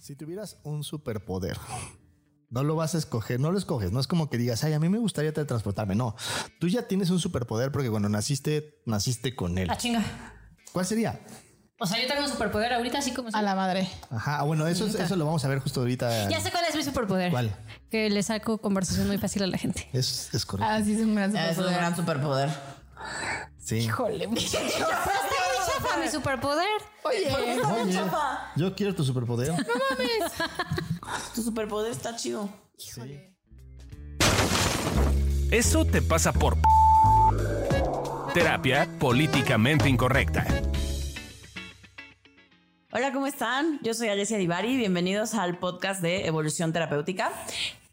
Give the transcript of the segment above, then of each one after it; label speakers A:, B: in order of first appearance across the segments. A: Si tuvieras un superpoder, no lo vas a escoger, no lo escoges, no es como que digas, ay, a mí me gustaría teletransportarme, no, tú ya tienes un superpoder porque cuando naciste, naciste con él.
B: La Ah, chinga.
A: ¿Cuál sería?
B: O sea, yo tengo un superpoder ahorita, así como.
C: A la madre.
A: Ajá, ah, bueno, eso, es- eso lo vamos a ver justo ahorita.
B: Ya sé cuál es mi superpoder.
A: ¿Cuál?
B: Que le saco conversación muy fácil a la gente.
A: Es, es correcto.
C: Ah, sí, es un gran
D: Es un
C: superpoder.
D: gran superpoder.
A: Sí.
C: Híjole, muchacho.
B: Pero está muy chafa mi superpoder.
C: Oye,
A: Oye, yo quiero tu superpoder.
D: Tu superpoder está chido.
E: Eso te pasa por... p- Terapia políticamente incorrecta.
D: Hola, ¿cómo están? Yo soy Alessia Divari. Bienvenidos al podcast de Evolución Terapéutica.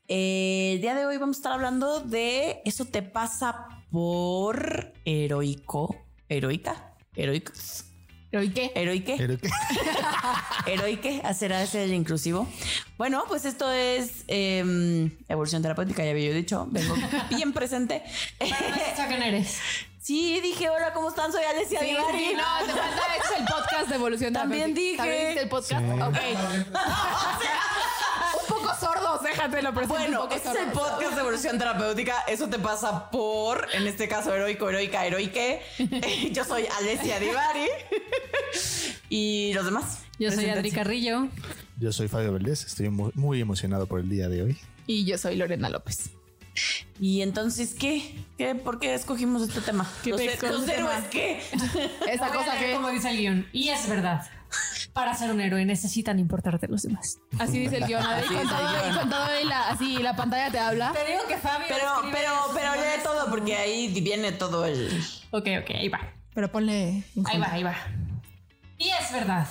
D: Eh, el día de hoy vamos a estar hablando de eso te pasa por heroico, heroica, heroicos,
C: ¿pero y qué?
D: heroique.
A: Pero que-
D: Heroique, hacer a ese el inclusivo. Bueno, pues esto es eh, evolución terapéutica, ya había yo dicho, vengo bien presente.
B: Pero no sé quién eres.
D: Sí, dije, hola, ¿cómo están? Soy Alessia
C: Sí,
D: Divari.
C: sí, no, te falta este es el podcast de evolución
D: También
C: terapéutica.
D: dije.
C: ¿También dijiste el podcast? Ok. un poco sordos, déjatelo, pero
D: Bueno,
C: un poco
D: este es el podcast de evolución terapéutica. Eso te pasa por, en este caso, heroico, heroica, heroique. Yo soy Alessia Divari. y los demás.
B: Yo soy Adri
D: Preséntense.
B: Carrillo.
A: Yo soy Fabio Valdés, estoy mu- muy emocionado por el día de hoy.
C: Y yo soy Lorena López.
D: Y entonces, ¿qué? ¿Qué? ¿Por qué escogimos este tema?
C: ¿Qué
D: los,
C: pecó?
D: los héroes, ¿qué?
C: Esa
B: Voy a
C: cosa
B: leer
C: que
B: Como dice el guión. Y es verdad. Para ser un héroe necesitan importarte los demás.
C: así dice el guión. Adri,
D: Así
C: con
D: dice el
C: todo,
D: guión.
C: y con todo y la, así la pantalla te habla.
B: Te digo que Fabio.
D: Pero, pero, pero lee todo porque ahí viene todo el...
B: Ok, ok, ahí va.
C: Pero ponle.
B: Ahí va, ahí va. Y es verdad.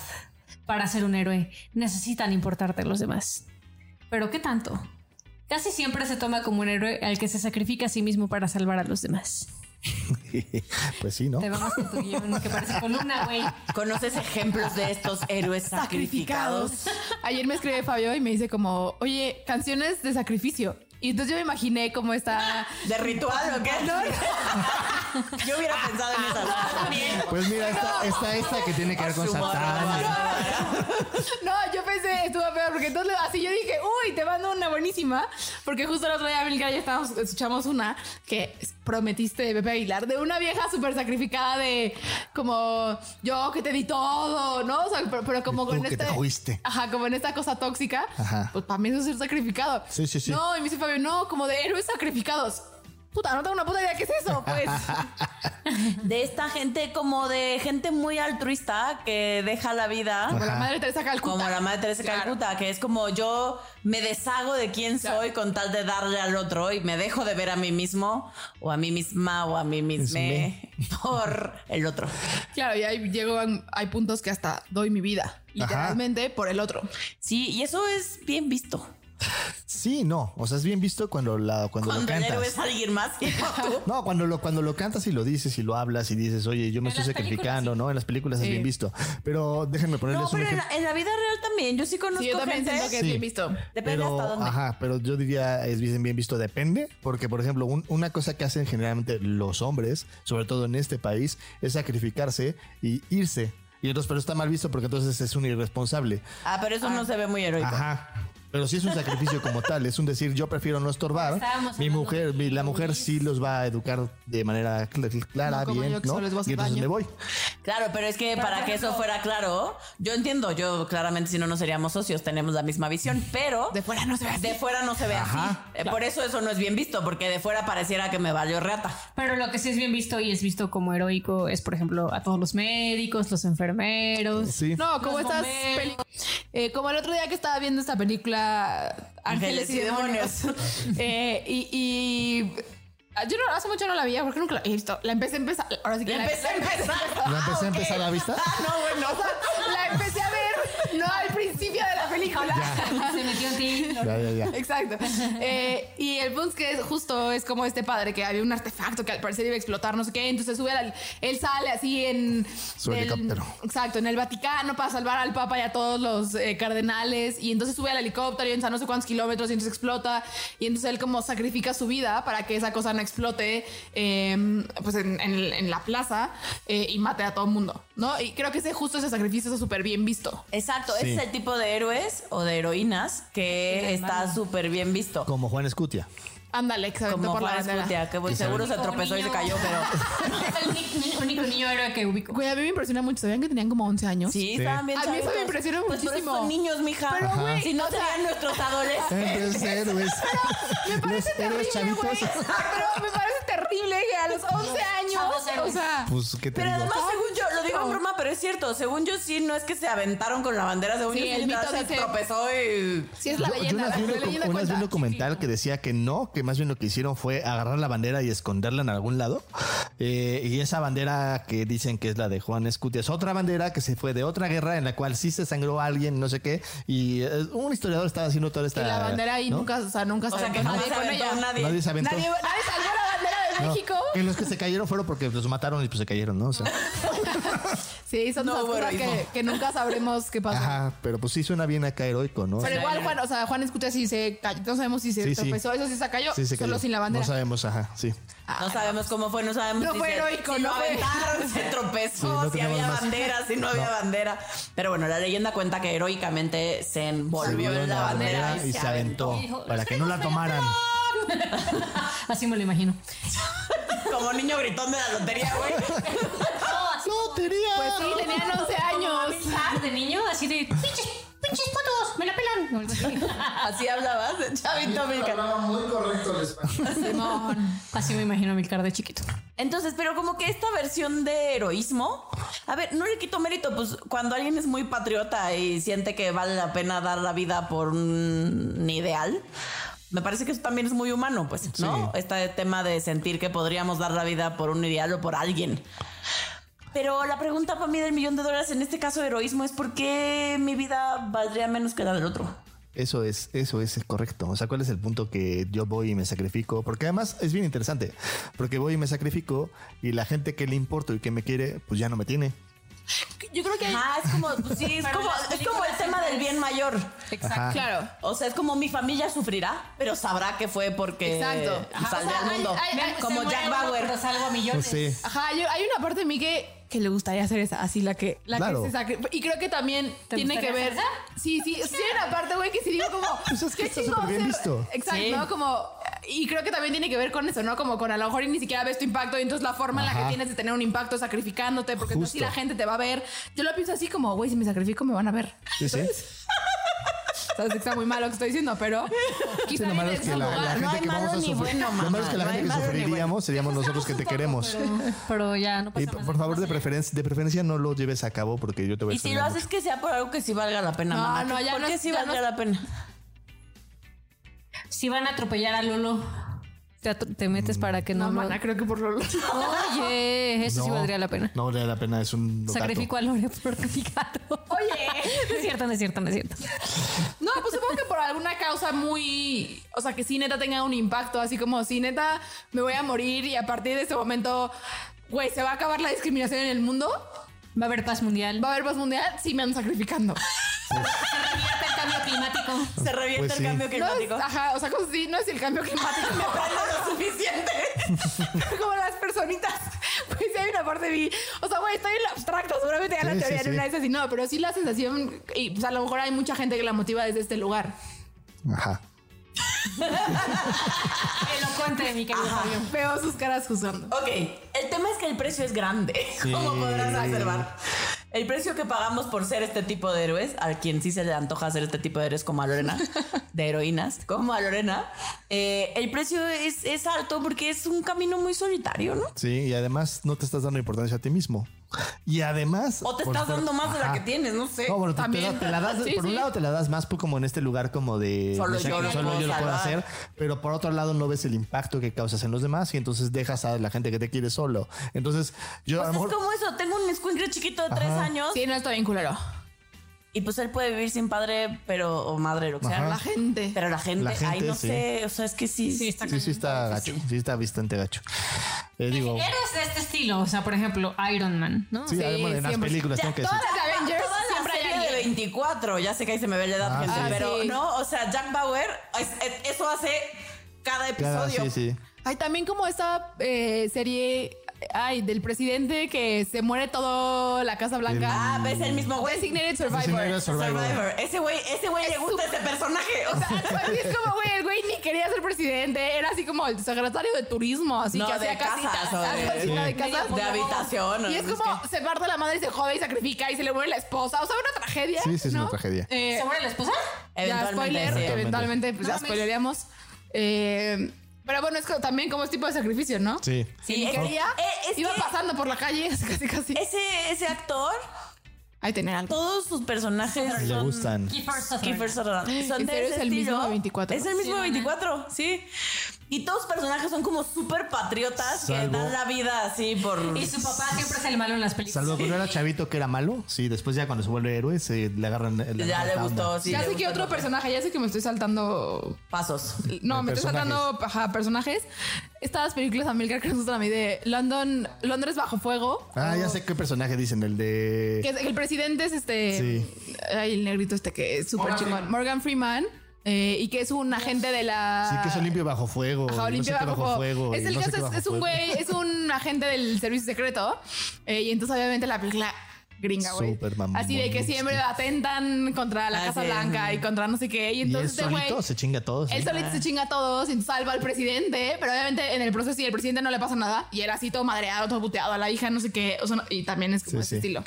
B: Para ser un héroe necesitan importarte los demás. Pero ¿qué tanto? Casi siempre se toma como un héroe al que se sacrifica a sí mismo para salvar a los demás.
A: Pues sí, ¿no?
B: Te vamos con tu guión que parece columna, güey.
D: ¿Conoces ejemplos de estos héroes sacrificados?
C: Ayer me escribe Fabio y me dice como, oye, canciones de sacrificio. Y entonces yo me imaginé cómo está.
D: ¿De ritual o qué? Yo hubiera pensado en esas.
A: Pues mira, está esta, esta que tiene que ver con Satán.
C: No, yo pensé, estuvo peor, porque entonces así yo dije, uy, te mando una buenísima, porque justo el otro día, Milka, ya estábamos, escuchamos una que prometiste de Pepe Aguilar, de una vieja súper sacrificada de como yo que te di todo, ¿no? O sea, pero, pero como
A: Tú
C: con
A: que te
C: este...
A: fuiste.
C: Ajá, como en esta cosa tóxica,
A: Ajá.
C: pues para mí eso es ser sacrificado.
A: Sí, sí, sí.
C: No, y me dice Fabio, no, como de héroes sacrificados. Puta, no tengo una puta idea qué es eso, pues.
D: De esta gente, como de gente muy altruista que deja la vida.
C: Como la madre Teresa Calcuta.
D: Como la madre Teresa de
C: Claro.
D: Calcuta, que es como yo me deshago de quién
C: Claro.
D: soy con tal de darle al otro y me dejo de ver a mí mismo o a mí misma o a mí misma
A: Misme.
D: por el otro.
C: Claro, y ahí llegan, hay puntos que hasta doy mi vida, literalmente, por el otro.
D: Sí, y eso es bien visto.
A: Sí, no. O sea, es bien visto cuando, la, cuando, lo
D: Cuando el héroe es
A: cantas.
D: alguien más que tú.
A: No, cuando lo, cuando lo cantas y lo dices y lo hablas y dices, oye, yo me
B: En
A: estoy
B: las películas,
A: sacrificando,
B: sí.
A: ¿no? En las películas es
C: Sí.
A: bien visto. Pero déjenme ponerles
D: No,
A: un
D: pero en
A: ejemplo.
D: la, en la vida real también. Yo sí conozco
C: Sí, yo también
D: gente.
C: siento que es
A: Sí.
C: bien visto.
D: Depende
A: pero,
D: hasta dónde.
A: Ajá, pero yo diría, es bien, bien visto, depende, porque por ejemplo, un- una cosa que hacen generalmente los hombres, sobre todo en este país, es sacrificarse y irse. Y entonces, pero está mal visto porque entonces es un irresponsable.
D: Ah, pero eso no se ve muy heroico.
A: Ajá. Pero sí es un sacrificio como tal, es un decir, yo prefiero no estorbar.
B: Estábamos
A: Mi
B: hablando
A: mujer,
B: de
A: mi- la mujer
B: Luis.
A: sí los va a educar de manera cl- clara,
C: No como
A: bien,
C: yo que
A: ¿no?
C: solo les voy a hacer
A: Y entonces
C: daño.
A: me voy.
D: Claro, pero es que para que eso fuera claro, yo entiendo, yo claramente si no, no seríamos socios, tenemos la misma visión, pero
C: De fuera no se ve así.
D: de fuera no se ve
A: Ajá.
D: así. Eh, Por eso eso no es bien visto, porque de fuera pareciera que me valió reata.
B: Pero lo que sí es bien visto y es visto como heroico es, por ejemplo, a todos los médicos, los enfermeros.
A: Sí.
C: No, como
B: Los
C: estas
B: bomberos.
C: películas. como el otro día que estaba viendo esta película Ángeles y Demonios. Eh, y, y- ah, yo no, hace mucho no la vi, porque nunca la he visto. La empecé a empezar. Ahora sí que la
D: Empecé a empezar.
A: La empecé a empezar la vista.
D: No, bueno.
C: O sea, la empecé a ver, no al principio de la película.
B: Ah, Se metió en ti. lo-
A: Ya, ya, ya.
C: Exacto. Eh, y el punto es que es justo es como este padre que había un artefacto que al parecer iba a explotar, no sé qué. Entonces sube al- él sale así en
A: Su
C: del-
A: helicóptero.
C: Exacto, en el Vaticano para salvar al Papa y a todos los eh, cardenales. Y entonces sube al helicóptero y entra no sé cuántos kilómetros y entonces explota. Y entonces él como sacrifica su vida para que esa cosa no explote eh, pues en, en el- en la plaza eh, y mate a todo el mundo, ¿no? Y creo que ese justo ese sacrificio es súper bien visto.
D: Exacto,
A: Sí.
D: ese es el tipo de héroes héroes o de heroínas que está súper bien visto.
A: Como Juan Escutia.
C: Ándale, exacto,
D: Como
C: por la
D: Juan
C: bandera.
D: Escutia, que pues
A: Que se
D: seguro
A: ve.
D: se tropezó y se cayó, pero...
B: es el ni- ni- único niño héroe que ubico.
C: Güey, a mí me impresiona mucho. ¿Sabían que tenían como 11 años?
D: Sí, estaban bien
C: A mí eso me
D: chavitos.
C: impresiona
D: Pues por eso
C: muchísimo.
D: son niños, mija.
C: Pero, Ajá. güey,
D: si no
C: o sea-
D: serían nuestros adolescentes.
A: Los héroes. Los héroes
C: terrible, güey. Ah,
A: chavitos.
C: Pero me parece terrible que a los 11
B: Chavos
C: años. O
B: héroes.
C: sea,
A: Pues, ¿qué te
D: Pero
A: digo?
D: además, según yo, lo digo en broma, pero es cierto. Según yo, sí, no es que se aventaron con la bandera. Según
C: Sí,
D: yo,
C: el
D: sí,
C: mito
D: se
C: dice-
D: tropezó y...
C: sí es la
A: Yo- yo
C: leyenda.
A: una vez vi un
C: la
A: docu- una
C: leyenda
A: vez vi un
C: cuenta.
A: documental que decía que no, que más bien lo que hicieron fue agarrar la bandera y esconderla en algún lado. Eh, y esa bandera que dicen que es la de Juan Escutia es otra bandera que se fue de otra guerra en la cual sí se sangró alguien, no sé qué. Y eh, un historiador estaba haciendo toda esta.
C: Y la bandera ahí
A: ¿no?
C: nunca, o sea, nunca
D: O sea, que
C: aventó
D: nadie se
C: con
D: aventó,
C: ella.
D: nadie.
A: Nadie se aventó.
C: Nadie, nadie salvó la bandera de
A: No,
C: México.
A: que los que se cayeron fueron porque los mataron y pues se cayeron, ¿no? O sea,
C: Sí, son
D: No
C: esas
D: hubo
C: cosas que,
D: heroísmo.
C: que nunca sabremos qué pasó.
A: ajá, pero pues sí suena bien acá heroico, ¿no?
C: Pero igual, Juan, o sea, Juan escucha si se cayó. No sabemos si se
A: Sí, sí.
C: tropezó. Eso sí se cayó.
A: Sí, se
C: solo
A: cayó.
C: sin la bandera.
A: No sabemos, ajá, sí.
D: Ah, No sabemos cómo fue, no sabemos
C: No
D: si
C: fue
D: se-
C: heroico,
D: si
C: no
D: lo
C: fue.
D: aventaron, se
A: Sí,
D: tropezó,
A: no
D: si
A: tenemos
D: había
A: más.
D: bandera, si no, había bandera. Pero bueno, la leyenda cuenta que heroicamente se envolvió en la bandera,
A: y se aventó
B: Dijo,
A: para
B: "Los
A: que no la
B: primos
A: tomaran.
B: Así me lo imagino.
D: Como niño gritón de la lotería, güey.
B: No, así
A: ¡Lotería!
C: Pues sí, tenían 11 años.
B: como de niño, así de pinches, pinches putos, me la pelan. No, algo así.
D: Así hablabas, chavito Milka.
F: muy correcto el español.
C: Simón.
B: Así me imagino a Milcar de chiquito.
D: Entonces, pero como que esta versión de heroísmo, a ver, no le quito mérito, pues cuando alguien es muy patriota y siente que vale la pena dar la vida por un ideal, me parece que eso también es muy humano, pues, ¿no?
A: Sí.
D: Este tema de sentir que podríamos dar la vida por un ideal o por alguien. Pero la pregunta para mí del millón de dólares en este caso de heroísmo es por qué mi vida valdría menos que la del otro.
A: Eso es, eso es correcto. O sea, ¿cuál es el punto que yo voy y me sacrifico? Porque además es bien interesante, porque voy y me sacrifico y la gente que le importo y que me quiere, pues ya no me tiene.
C: Yo creo que hay-
D: Ah, es como, pues, sí, es
B: Pero
D: como,
B: las
D: es como el
B: películas
D: tema
B: siempre
D: del
B: es-
D: bien mayor.
A: Ajá.
C: Claro.
D: O sea, es como mi familia sufrirá, pero sabrá que fue porque
C: Exacto. Ajá.
D: saldré
C: O sea,
D: al
C: hay-
D: mundo.
C: hay- hay-
D: como
B: Se muere
D: Jack
B: uno,
D: Bauer.
B: Pero salgo a
A: No
B: millones.
D: Pues,
A: sé.
C: Ajá, yo- hay una parte de mí que, que le gustaría hacer esa, así la que, la
A: Claro.
C: que se sacrifica. Y creo que también
B: ¿Te
C: tiene que
B: gustaría
C: ver.
B: hacer
C: Sí, sí, sí, hay una parte, güey, que sí digo como.
A: Pues es que
C: qué
A: está
C: chingón
A: superbién
C: ser-
A: visto.
C: Exacto,
D: Sí.
C: ¿no? Como. Y creo que también tiene que ver con eso, ¿no? Como con a lo mejor y ni siquiera ves tu impacto y entonces la forma en la
A: Ajá.
C: que tienes de tener un impacto es sacrificándote, porque entonces sí
A: Justo.
C: la gente te va a ver. Yo lo pienso así como, güey, si me sacrifico me van a ver.
A: Sí, sí.
C: O sea, sí está muy malo lo que estoy diciendo, pero.
A: Sí,
C: Quizá
A: lo malo es que la, la
D: lugar.
A: gente
D: No hay
A: que
D: malo
A: vamos a
D: ni
A: sufrir,
D: bueno,
A: lo malo es
D: mamá.
A: que la
D: No hay
A: gente que
D: malo ni bueno.
A: sufriríamos seríamos nosotros que te queremos.
B: Pero ya no pasa
A: Y por
B: más.
A: por favor,
B: Más
A: de
B: allá.
A: preferencia, de preferencia no lo lleves a cabo porque yo te voy a
D: Y si lo
A: extrañar
D: haces que sea por algo que sí valga la pena,
C: No,
D: mamá.
C: no, ya
D: ¿Por
C: no
D: qué
C: es-
D: sí
C: ya
D: valga
C: no
D: la pena?
B: Si van a atropellar a Lolo, te, atro- te metes para que no,
C: No,
B: lo-
C: mana, creo que por lo.
B: Oye, eso
A: mucho.
B: sí
A: No,
B: valdría la pena.
A: No valdría la pena, es un gato.
B: Sacrifico a Lore por mi gato. Oye. No es cierto, no es cierto, no es cierto.
C: No, pues supongo que por alguna causa muy. O sea, que sí, neta tenga un impacto. Así como, sí, neta, me voy a morir y a partir de este momento, güey, se va a acabar la discriminación en el mundo.
B: Va a haber paz mundial.
C: Va a haber paz mundial. Sí, me ando sacrificando.
B: Se revierte el este cambio climático.
D: Se revierte
A: Pues
D: el
A: sí.
D: cambio
C: No es-
D: climático.
C: ajá, o sea, como si no es el cambio climático.
D: Me falta lo suficiente.
C: como las personitas. Pues sí, hay una parte de mí. O sea, güey, estoy en lo abstracto. Seguramente ya la
A: Sí, sí,
C: teoría en
A: sí.
C: una de esas y no, pero sí la sensación. Y pues a lo mejor hay mucha gente que la motiva desde este lugar.
A: Ajá.
B: Elocuente de mi querido Fabio.
C: Veo sus caras juzgando.
D: Ok, el tema es que el precio es grande, como podrás observar. El precio que pagamos por ser este tipo de héroes, a quien sí se le antoja ser este tipo de héroes como a Lorena, de heroínas como a Lorena, eh, el precio es, es alto porque es un camino muy solitario, ¿no?
A: Sí, y además no te estás dando importancia a ti mismo. Y además.
D: O te
A: por
D: estás
A: fuera-
D: dando más de la
A: Ajá.
D: que tienes, no sé.
A: No, bueno, te-
C: También.
A: Te, la, te la das,
C: Sí,
A: por un
C: sí.
A: lado te la das más pu- como en este lugar como de
D: Solo
A: de
D: yo
A: que
D: lo
A: solo
D: puedo
A: yo lo puedo
D: salvar.
A: hacer, pero por otro lado no ves el impacto que causas en los demás y entonces dejas a la gente que te quiere solo. Entonces, yo
D: Pues
A: a lo
D: es
A: mejor
D: como eso, tengo un escuincle chiquito de tres años
C: Sí, no está bien culero.
D: y pues él puede vivir sin padre, pero o madre, lo que sea.
A: Ajá.
C: La gente.
D: Pero la gente,
A: La
D: ay,
A: gente,
D: no
A: sí.
D: sé, o sea, es que sí,
B: Sí, está
A: sí sí está gacho, sí está bastante gacho. Eh, digo,
B: Héroes de este estilo, o sea, por ejemplo, Iron Man, ¿no?
A: sí,
C: sí,
A: además en las
C: siempre.
A: películas
D: Ya,
A: tengo que decir.
D: todas las
C: Avengers
D: toda la
C: siempre hay
D: serie de
C: alguien.
D: 24, ya sé que ahí se me ve la edad,
A: Ah,
D: gente,
A: sí.
D: pero
C: Ah, sí.
D: no, o sea, Jack Bauer, es- es- eso hace cada
A: Cada- sí,
D: episodio.
A: sí.
C: Hay también como esta eh, serie Ay, del presidente que se muere todo la Casa Blanca.
A: Ah,
D: Ah, es el mismo güey.
C: Designated
A: Designated
C: Survivor.
A: Survivor.
D: Survivor. Ese güey, ese güey le gusta ese personaje. O sea,
C: Es como, güey, el güey ni quería ser presidente. Era así como el secretario de turismo, así
D: No,
C: que hacía
D: de casas,
C: casitas.
D: o de-
C: algo así, ¿no? de casas.
D: de habitación. o
C: Y es
D: no sé
C: como
D: qué.
C: se parte la madre y se jode y sacrifica y se le muere la esposa. O sea, una tragedia.
A: Sí, sí, es
C: ¿no?
A: una tragedia.
C: Eh,
B: ¿Se muere la esposa?
C: ya
D: Eventualmente.
C: spoiler,
D: sí.
C: eventualmente, pues
B: No
C: ya
B: mames.
C: spoileríamos. Eh, pero bueno, es que también como es tipo de sacrificio, ¿no?
A: Sí.
D: Sí,
C: Que
D: es-
C: quería,
D: eh, es
C: iba
D: que-
C: pasando por la calle, casi casi.
D: Ese, ese actor,
C: Ahí tener algo.
D: todos sus personajes
A: Le
D: son-
A: gustan.
B: Kiefer Sutherland.
D: Kiefer Sutherland. Son
C: ¿En
D: de
C: serio
D: ese
C: es el mismo
D: estilo.
C: de 24?
D: Es el mismo de 24, sí. Y todos los personajes son como súper patriotas que
A: Salvo-
D: dan la vida así por.
B: Y su papá siempre es el malo en las películas.
A: Salvo cuando era chavito que era malo. Sí, después ya cuando se vuelve héroe, se le agarran.
D: Ya
A: agarran
D: le
A: la onda.
D: gustó, sí.
C: ya
D: le
C: sé que
D: gustó
C: otro
D: el papá.
C: personaje, ya sé que me estoy saltando.
D: Pasos.
C: No, me estoy
A: personajes.
C: saltando ajá, personajes. Estas películas a que nos gustan a mí de London, Londres bajo fuego.
A: Ah, ya sé qué personaje dicen, el de.
C: Que es- el presidente es este.
A: Sí.
C: Ay, el negrito este que es súper chingón. Morgan Freeman. eh, y que es un agente de la.
A: Sí, que es Olimpio bajo fuego.
C: Ajá,
A: y no sé
C: Olimpia
A: qué
C: bajo fuego. Es
A: y
C: el
A: no sé
C: caso,
A: qué
C: es-
A: bajo
C: es, un
A: fuego.
C: güey, es un agente del servicio secreto. eh, y entonces, obviamente, la película gringa, güey.
A: Súper mamón,
C: Así de que
A: sí.
C: siempre atentan contra la
D: Ah,
C: Casa
D: sí.
C: Blanca y contra no sé qué. Y
A: Y él
C: entonces, este güey.
A: solito se chinga a todos.
C: Él
A: ¿eh?
C: solito se chinga a todos y salva al presidente, pero obviamente en el proceso sí, el presidente no le pasa nada y era así todo madreado, todo puteado a la hija, no sé qué, o sea, no- y también es como
A: Sí,
C: ese
A: sí.
C: estilo.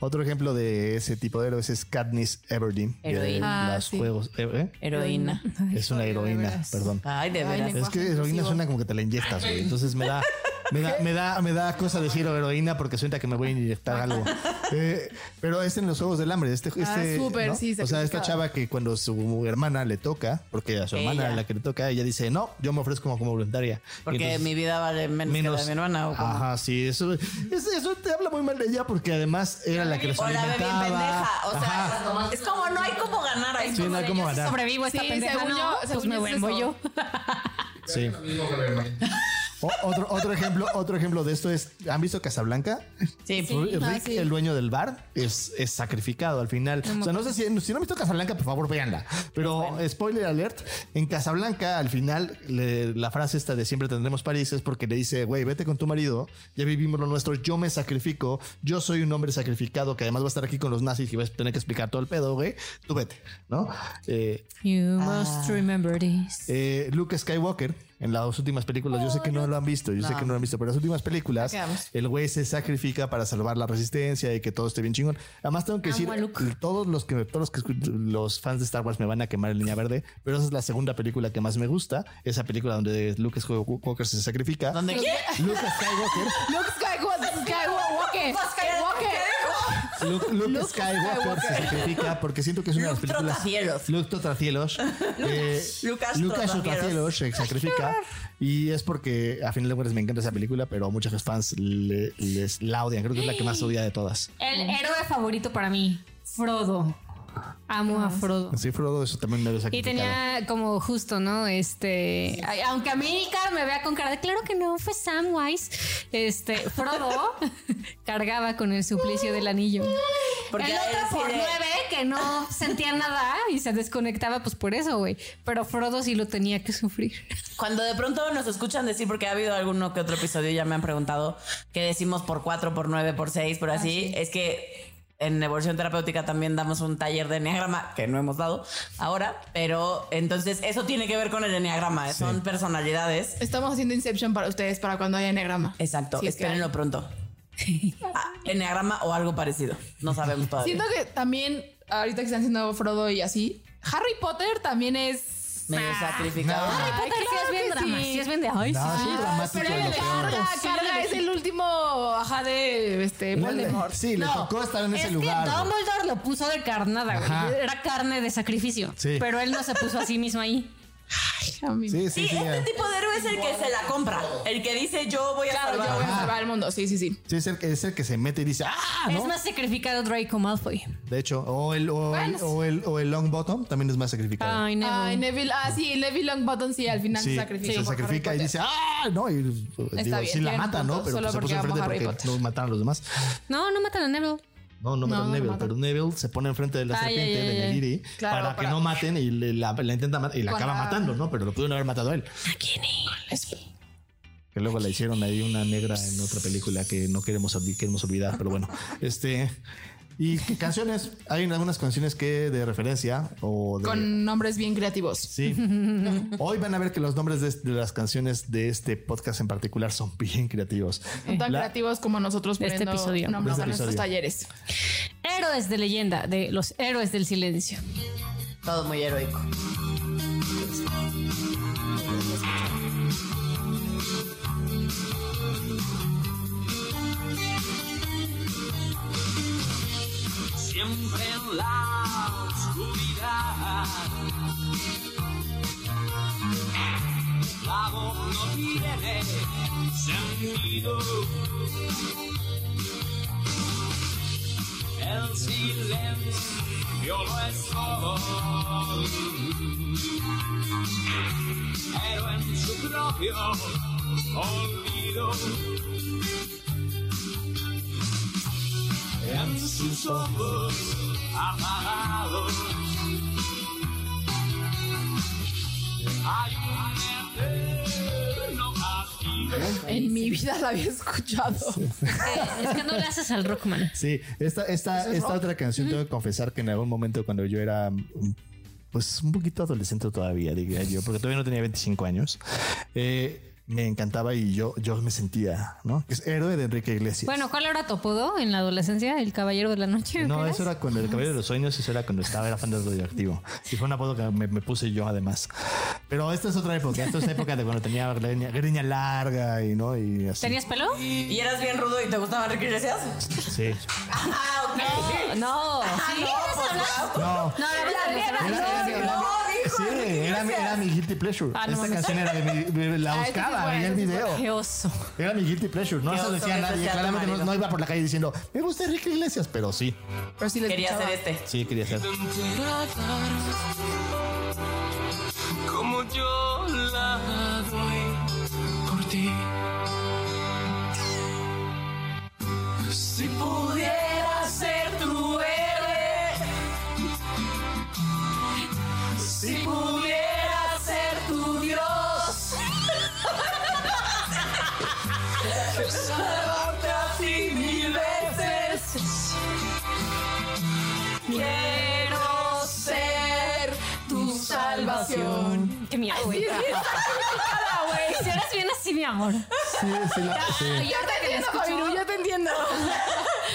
A: Otro ejemplo de ese tipo de héroes es Katniss Everdeen. de
D: Heroína.
C: Ah,
A: los
C: sí.
A: juegos. ¿eh?
D: Heroína.
A: Es una heroína, perdón.
D: Ay, de veras.
C: Ay,
A: Es que heroína suena como que te la inyectas, güey. Entonces me da, me da, me da, me da cosa decir heroína porque suena que me voy a inyectar algo. Eh, pero es en los Juegos del Hambre. Este, este,
D: Ah,
C: súper,
A: ¿no?
C: sí,
A: O sea, esta
C: sacrificado.
A: chava que cuando su hermana le toca, porque a su hermana
D: Ella.
A: la que le toca, ella dice, no, yo me ofrezco como, como voluntaria. Y
D: Porque
A: entonces-
D: mi vida vale menos, que la de mi hermana. O, como-
A: Ajá, sí, eso, es- eso te habla muy mal de ella porque además era la que los
D: O la bebé
A: alimentaba.
D: pendeja. O sea,
A: Ajá.
D: es como no hay como ganar ahí.
A: Sí, no hay cómo ganar.
B: Sobrevivo a esta
C: Sí,
B: pendeja,
C: según
B: ¿no?
C: yo-
B: pues
C: según
B: me
C: yo es
B: vuelvo
C: eso.
B: yo.
A: Sí. O- otro, otro ejemplo, otro ejemplo de esto es, ¿han visto Casablanca?
D: Sí,
A: Rick,
C: ah, sí.
A: el dueño del bar, es, es sacrificado al final. O sea, no sé si, si no han visto Casablanca, por favor, véanla. Pero spoiler alert, en Casablanca, al final, le- la frase esta de siempre tendremos París es porque le dice, güey, vete con tu marido, ya vivimos lo nuestro, yo me sacrifico, yo soy un hombre sacrificado que además va a estar aquí con los nazis y va a tener que explicar todo el pedo, güey, tú vete, ¿no? Eh,
B: You must remember this.
A: eh, Luke Skywalker, en las últimas películas, yo sé que no lo han visto, yo sé que no lo han visto, pero en las últimas películas, el güey se sacrifica para salvar la resistencia y que todo esté bien chingón. Además, tengo que
B: Amo a Luke.
A: decir, todos los que todos los, que escu- los fans de Star Wars me van a quemar en línea verde, pero esa es la segunda película que más me gusta, esa película donde Luke Skywalker se sacrifica.
D: ¿Dónde?
A: Luke Skywalker,
C: Luke Skywalker, Skywalker, Skywalker.
A: Luke, Luke Skywalker, se sacrifica porque siento que es una de las
D: Luke
A: películas.
D: Trotacielos.
A: Luke Trotacielos. eh,
D: Lucas
A: Lucas
D: Trotacielos.
A: Trotacielos se sacrifica. Y es porque a final de cuentas me encanta esa película, pero a muchos fans le- les la odian. Creo que es la que más odia de todas.
B: El héroe favorito para mí, Frodo. Amo a Frodo.
A: Sí, Frodo, eso también me lo
B: Y
A: sacrificado.
B: tenía como justo, ¿no? Este, ay, aunque a mí claro, me vea con cara de claro que no, fue Samwise. Este, Frodo cargaba con el suplicio del anillo.
D: Porque
B: el
D: a él
B: otro
D: sí
B: por
D: le-
B: nueve que no sentía nada y se desconectaba pues por eso, güey. Pero Frodo sí lo tenía que sufrir.
D: Cuando de pronto nos escuchan decir, porque ha habido alguno que otro episodio, ya me han preguntado que decimos por cuatro, por nueve, por seis, por
C: Ah,
D: así, es que en evolución terapéutica también damos un taller de enneagrama que no hemos dado ahora, pero entonces eso tiene que ver con el enneagrama, son personalidades.
C: Estamos haciendo Inception para ustedes para cuando haya enagrama.
D: Exacto,
C: Sí, es que
D: espérenlo pronto. Ah, enneagrama o algo parecido, no sabemos todavía.
C: Siento que también ahorita que están haciendo Frodo y así, Harry Potter también es Ah,
D: Medio sacrificado.
A: No.
B: Ay,
C: Ay,
B: puta, sí
C: claro
B: es bien
C: que
B: drama,
C: sí.
B: sí es bien de ay,
A: No,
B: sí,
A: es un
B: sí.
A: dramático
C: Pero
A: de
C: él
A: lo peor.
C: carga, carga es el último ajá de este Voldemort.
A: Sí, le tocó estar en
B: Es
A: ese
B: que
A: lugar. güey.
B: Dumbledore lo puso de carnada,
A: Ajá.
B: güey. Era carne de sacrificio.
A: Sí.
B: Pero él no se puso a sí mismo ahí.
A: Sí, sí,
D: Sí,
A: sí.
D: este
A: eh.
D: tipo de héroe es el que se la compra, el que dice yo voy a
C: Claro, yo voy
D: salvar.
C: a salvar al mundo. Sí, sí, sí.
A: Sí, es el, que- es el que se mete y dice, ¡ah! ¿no?
B: Es más sacrificado Draco Malfoy.
A: De hecho, o el, o, el, o, el, o el Longbottom también es más sacrificado.
B: Ay, Neville.
C: Ay, Neville, ah, sí, Neville Longbottom sí, al final
A: Sí,
C: se sacrifica.
A: se
C: por Harry
A: sacrifica y
C: Potter.
A: dice, ¡ah! No, y digo,
C: bien,
A: sí la
C: tiene
A: mata,
C: un
A: ¿no? Pero
C: punto,
A: pues,
C: solo
A: se
C: porque
A: puso enfrente
C: amo a Harry
A: porque
C: Potter.
A: no mataron a los demás.
B: No, no matan a Neville.
A: No, no mataron a Neville, pero Neville se pone enfrente de la
B: Ay,
A: serpiente
B: ay, ay,
A: de
B: ay.
A: Negiri
C: Claro,
A: para,
C: para-
A: que no maten y le- la, la intenta matar y la acaba matando, ¿no? Pero lo pudieron haber matado a él. que luego la hicieron ahí una negra en otra película que no queremos, olvi- queremos olvidar, pero bueno. Este. Y que canciones, hay algunas canciones que de referencia o de.
C: Con nombres bien creativos.
A: Sí. Hoy van a ver que los nombres de, de las canciones de este podcast en particular son bien creativos.
C: Son tan
A: La-
C: creativos como nosotros
B: De este
C: poniendo
B: episodio.
C: nombres
A: De este
C: a nuestros
A: episodio.
C: talleres.
B: Héroes de leyenda, de los héroes del silencio.
D: Todo muy heroico.
F: siempre en la oscuridad. La voz no tiene sentido. El silencio lo es todo. Pero en su propio olvido. en sus ojos apagados. Hay un eterno castigo.
C: En mi vida la había escuchado.
B: Es que no le haces al Rockman.
A: Sí, esta, esta, esta otra canción tengo que confesar que en algún momento cuando yo era mm, pues un poquito adolescente todavía, diría yo, porque todavía no tenía 25 años, eh, me encantaba y yo, yo me sentía, ¿no? Es héroe de Enrique Iglesias.
B: Bueno, ¿cuál era tu apodo en la adolescencia? ¿El caballero de la noche?
A: No,
B: ¿Qué
A: eso era cuando el caballero de los sueños, eso era cuando estaba, era fan del radioactivo. Y fue un apodo que me, me puse yo además. Pero esta es otra época, esta es la época de cuando tenía greña, greña larga y no, y así.
B: ¿Tenías pelo?
D: ¿Y eras bien rudo y te gustaba Enrique Iglesias?
A: Sí.
D: Ah, ok.
B: No.
D: no, pues,
A: No.
D: wow.
B: No, no, no, no, no, no, no.
A: Era, era-
D: No, dijo
A: sí,
D: Enrique
A: era, mi- era mi guilty pleasure.
B: Ah, no
A: Esta
B: mames.
A: canción era de mi, de- la
C: Ah, ese sí
A: buscaba,
C: fue,
A: veía el
C: ese sí fue.
A: video.
B: Qué oso.
A: Era mi guilty pleasure. No
D: Qué
A: se lo
D: oso
A: decía a
D: que
A: nadie.
D: decía tu
A: Claramente no,
D: marido.
A: no iba por la calle diciendo, me gusta Enrique Iglesias, pero sí.
C: Pero sí la
D: Quería
C: escuchaba.
D: hacer este.
A: Sí, quería ser.
F: Como yo la doy por ti. Si pudiera ser tu héroe, si pudiera ser tu Dios, salvarte así mil veces. Quiero ser tu salvación.
B: Qué miedo, güey. Ah, Si eres bien así, mi amor.
A: Sí, sí, la- sí.
B: Ay,
C: Yo
B: ahora
C: te
B: que la
C: entiendo,
B: escucho,
C: Coiru, yo te entiendo.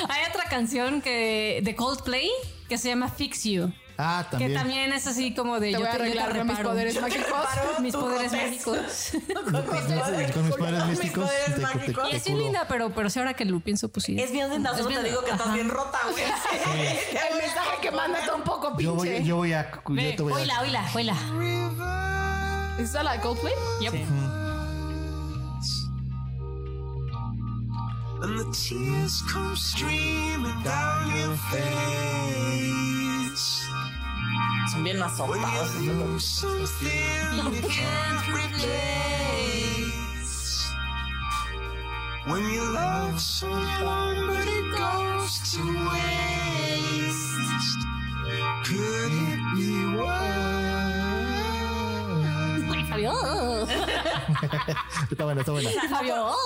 B: Hay otra canción que de Coldplay que se llama Fix You,
A: Ah,
B: que
A: también.
B: también es así como de
C: Te voy a
B: yo yo
C: arreglar con mis
B: reparo.
C: poderes mágicos.
B: mis
D: Tú
B: poderes
D: con
B: mágicos.
A: Con mis poderes
D: Con mis
A: místicos.
D: poderes
A: te- te-
D: mágicos.
A: te
B: Y es bien
A: juro.
B: linda, pero, pero sí, ahora que lo pienso, pues sí.
D: Es bien tentazo,
B: Es
D: te
B: bien-
D: digo que estás
B: ajá.
D: bien rota, güey.
C: El mensaje que manda está un poco
A: Yo
C: pinche.
A: voy, yo voy a. Yo te voy a.
B: Oila, oila, oila.
C: ¿Es esa la de Coldplay?
D: Ah,
B: Yep.
F: and the tears come streaming down your face.
D: Son bien
F: When you
D: azotados.
F: lose something you can't replace. When you love someone but it goes to waste. Could it be worse?
B: Fabio.
A: Está buena, está buena.
B: Fabio.
D: O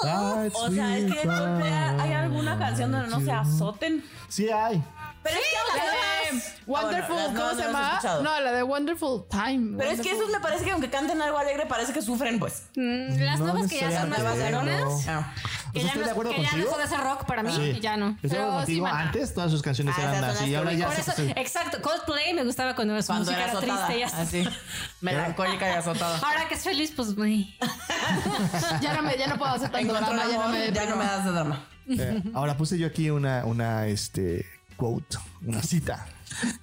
D: sea, es que Coldplay, hay alguna canción donde no se azoten.
A: Sí, hay.
D: Pero es que
C: Eh,
D: además.
C: Wonderful,
D: Ah, bueno,
C: ¿cómo
D: no, no
C: se
D: las he
C: llama?
D: escuchado.
C: No, la de Wonderful Time.
D: Pero es que esos me parece que aunque canten algo alegre, parece que sufren, pues.
B: Mm, Las
A: No
B: nuevas que ya son
A: necesariamente,
B: más
A: no.
B: varonas.
D: Ah,
B: Que
A: O sea,
B: ya,
A: estoy de
B: no,
A: acuerdo
B: que ya
A: contigo.
B: dejó de ser rock para mí.
A: Sí.
B: y Ya no.
A: Estoy de acuerdo
B: Pero sí,
A: contigo.
B: mana.
A: Antes todas sus canciones
D: Ah,
A: eran
D: esas son
A: así.
D: las
A: Y ahora
D: que
A: ya
B: Por
A: se-
B: eso,
A: se-
B: exacto. Coldplay me gustaba cuando su
D: cuando
B: música
D: era
B: era
D: azotada.
B: triste. ya-
D: Así. Melancólica y azotada.
B: Ahora que es feliz, pues güey.
C: Ya no, me, ya no puedo hacer tanto
D: Encontró
C: drama,
D: un
C: ya no
D: amor,
C: me
D: ya no me das de drama.
A: Eh, ahora puse yo aquí una, una este, quote, una cita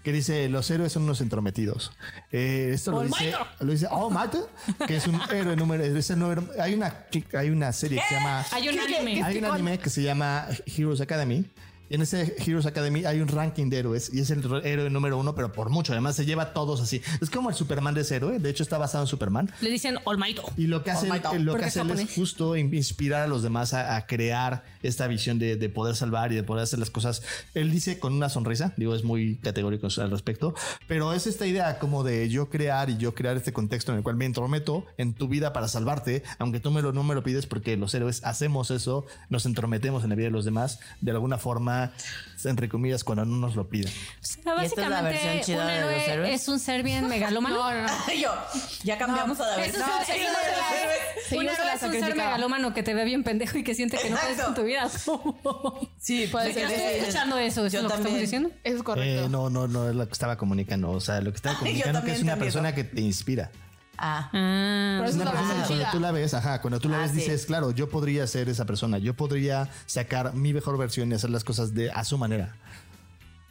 A: que dice los héroes son unos entrometidos. Eh, esto
B: Pues
A: lo dice, lo dice Oh Mate, que es un héroe número. es el número- hay una hay una serie que se llama
B: Hay un
C: ¿Qué, qué,
B: anime.
C: qué?
A: hay un
C: con-
A: anime que se llama Heroes Academy Y en ese Heroes Academy hay un ranking de héroes y es el ro- héroe número uno, pero por mucho. Además, se lleva a todos así. Es como el Superman de ese héroe. De hecho, está basado en Superman.
B: Le dicen All Might.
A: Y lo que hace,
D: Oh my God.
A: él- lo que
B: Porque
A: hace él es
B: japonés.
A: justo in- inspirar a los demás a, a crear esta visión de, de poder salvar y de poder hacer las cosas. Él dice con una sonrisa, digo, es muy categórico al respecto, pero es esta idea como de yo crear y yo crear este contexto en el cual me entrometo en tu vida para salvarte, aunque tú me lo, no me lo pides porque los héroes hacemos eso, nos entrometemos en la vida de los demás de alguna forma, entre comillas, cuando no nos lo piden.
B: O sea,
D: ¿Y esta es la
B: básicamente,
D: versión chida
B: un
D: de los
B: héroe
D: héroes?
B: es un ser bien megalómano.
C: No, no, no.
D: Y yo, ya cambiamos a la
B: Ah, Eso
D: versión.
B: es un- eso es
D: de
B: un-
D: los héroes.
B: un
C: Seguimos a
B: héroe
C: la
B: es un ser
C: sacrificada.
B: megalómano que te ve bien pendejo y que siente que no puedes
D: Exacto.
B: con tu vida.
D: Sí,
C: puede
B: ¿De qué
C: ser.
B: estoy
D: sí.
B: escuchando eso? ¿Es
D: Yo
B: lo que estamos
D: también.
B: diciendo?
C: Eso es correcto.
A: Eh, no, no, no es lo que estaba comunicando. O sea, lo que estaba
D: Yo
A: comunicando que
D: también
A: es una
D: te entiendo.
A: persona que te inspira.
D: Ah,
B: Ah,
C: Pero
A: Es
C: eso
A: una
C: es la
A: persona que
C: versión
A: cuando
C: chida.
A: tú la ves, ajá, cuando tú la
D: Ah,
A: ves
D: sí.
A: dices, claro, yo podría ser esa persona, yo podría sacar mi mejor versión y hacer las cosas de a su manera.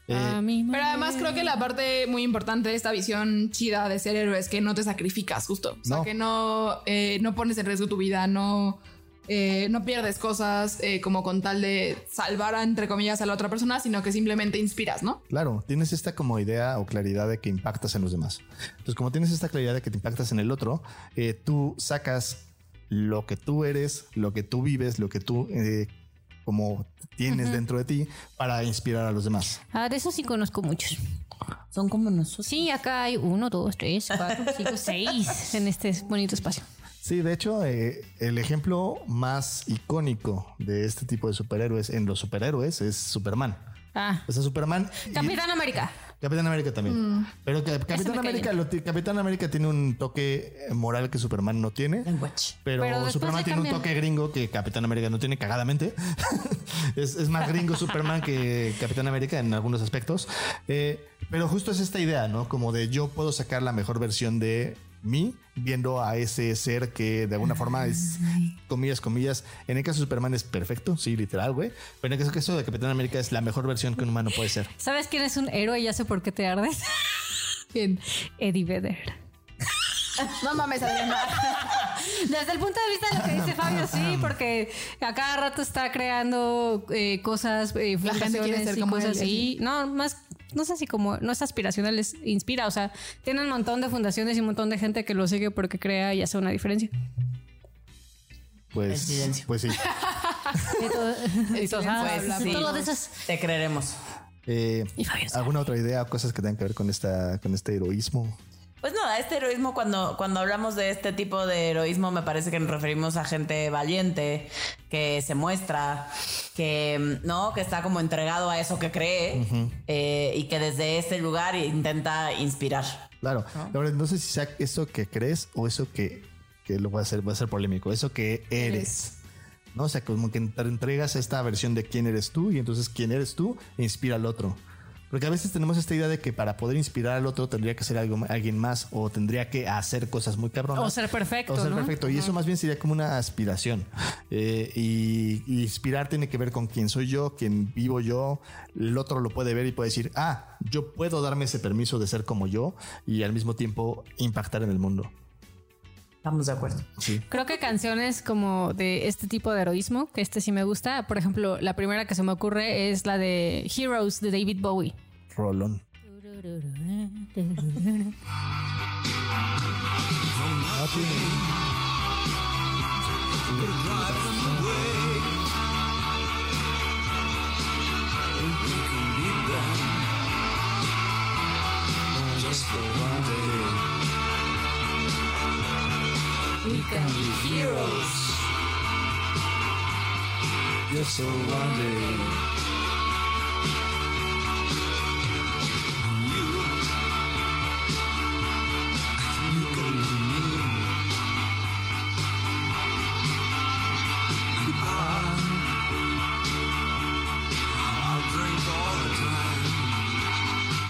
A: Eh,
B: a mi
C: Pero
B: madre.
C: además creo que la parte muy importante de esta visión chida de ser héroe es que no te sacrificas justo. O sea,
A: No.
C: que no, eh, no pones en riesgo tu vida, no, eh, no pierdes cosas eh, como con tal de salvar, entre comillas, a la otra persona, sino que simplemente inspiras, ¿no?
A: Claro, tienes esta como idea o claridad de que impactas en los demás. Entonces, como tienes esta claridad de que te impactas en el otro, eh, tú sacas lo que tú eres, lo que tú vives, lo que tú eh, como tienes dentro de ti para inspirar a los demás.
B: Ah, de eso sí conozco muchos.
D: son como nosotros.
B: Sí, acá hay uno, dos, tres, cuatro, cinco, seis en este bonito espacio.
A: Sí, de hecho, eh, el ejemplo más icónico de este tipo de superhéroes en los superhéroes es Superman.
B: Ah,
A: O sea, Superman. y-
B: Capitán América.
A: Capitán América también. Pero que-
B: Ese
A: Capitán
B: me cae
A: América, lo ti- Capitán América tiene un toque moral que Superman no tiene.
D: Language.
A: Pero,
B: Pero después
A: Superman
B: le
A: tiene un
B: cambian.
A: toque gringo que Capitán América no tiene cagadamente. es, es más gringo Superman que Capitán América en algunos aspectos. Eh, pero justo es esta idea, ¿no? Como de yo puedo sacar la mejor versión de mí viendo a ese ser que de
B: Ah,
A: alguna forma es comillas, comillas. En el caso de Superman es perfecto, sí, literal, güey. Pero en el caso de Capitán América es la mejor versión que un humano puede ser.
B: ¿Sabes quién es un héroe? Ya sé por qué te ardes.
C: Bien.
B: Eddie Vedder.
C: "Ah, No mames, Adriana.
B: Desde el punto de vista de lo que dice Fabio, sí, porque a cada rato está creando eh, cosas, eh,
C: La gente quiere
B: fundaciones
C: ser
B: y
C: como
B: cosas
C: él,
B: así. No, más, no sé si como, no es aspiracional, les inspira. O sea, tiene un montón de fundaciones y un montón de gente que lo sigue porque crea y hace una diferencia.
A: Pues,
D: silencio.
A: pues sí.
B: Y todo, y todo, ah,
D: Pues sí.
B: todo de esas.
D: Te creeremos.
A: Eh,
B: Y Fabio Sá.
A: ¿Alguna otra idea o cosas que tengan que ver con, esta, con este heroísmo?
D: Pues nada, este heroísmo, cuando, cuando hablamos de este tipo de heroísmo, me parece que nos referimos a gente valiente, que se muestra, que mm, no, que está como entregado a eso que cree eh, y que desde este lugar intenta inspirar.
A: Claro. Ahora, no sé si sea eso que crees o eso que, que lo va a hacer, va a ser polémico, eso que eres. ¿No? O sea, como que te entregas esta versión de quién eres tú y entonces quién eres tú e inspira al otro. Porque a veces tenemos esta idea de que para poder inspirar al otro tendría que ser algo, alguien más o tendría que hacer cosas muy cabronas.
B: O ser perfecto,
A: O ser
B: ¿no?
A: perfecto. Y eso más bien sería como una aspiración. Eh, y, y inspirar tiene que ver con quién soy yo, quién vivo yo. El otro lo puede ver y puede decir, ah, yo puedo darme ese permiso de ser como yo y al mismo tiempo impactar en el mundo.
D: Estamos de acuerdo.
A: Sí.
B: Creo que canciones como de este tipo de heroísmo, que este sí me gusta. Por ejemplo, la primera que se me ocurre es la de Heroes de David Bowie.
A: Rolón.
F: I'll drink all the time.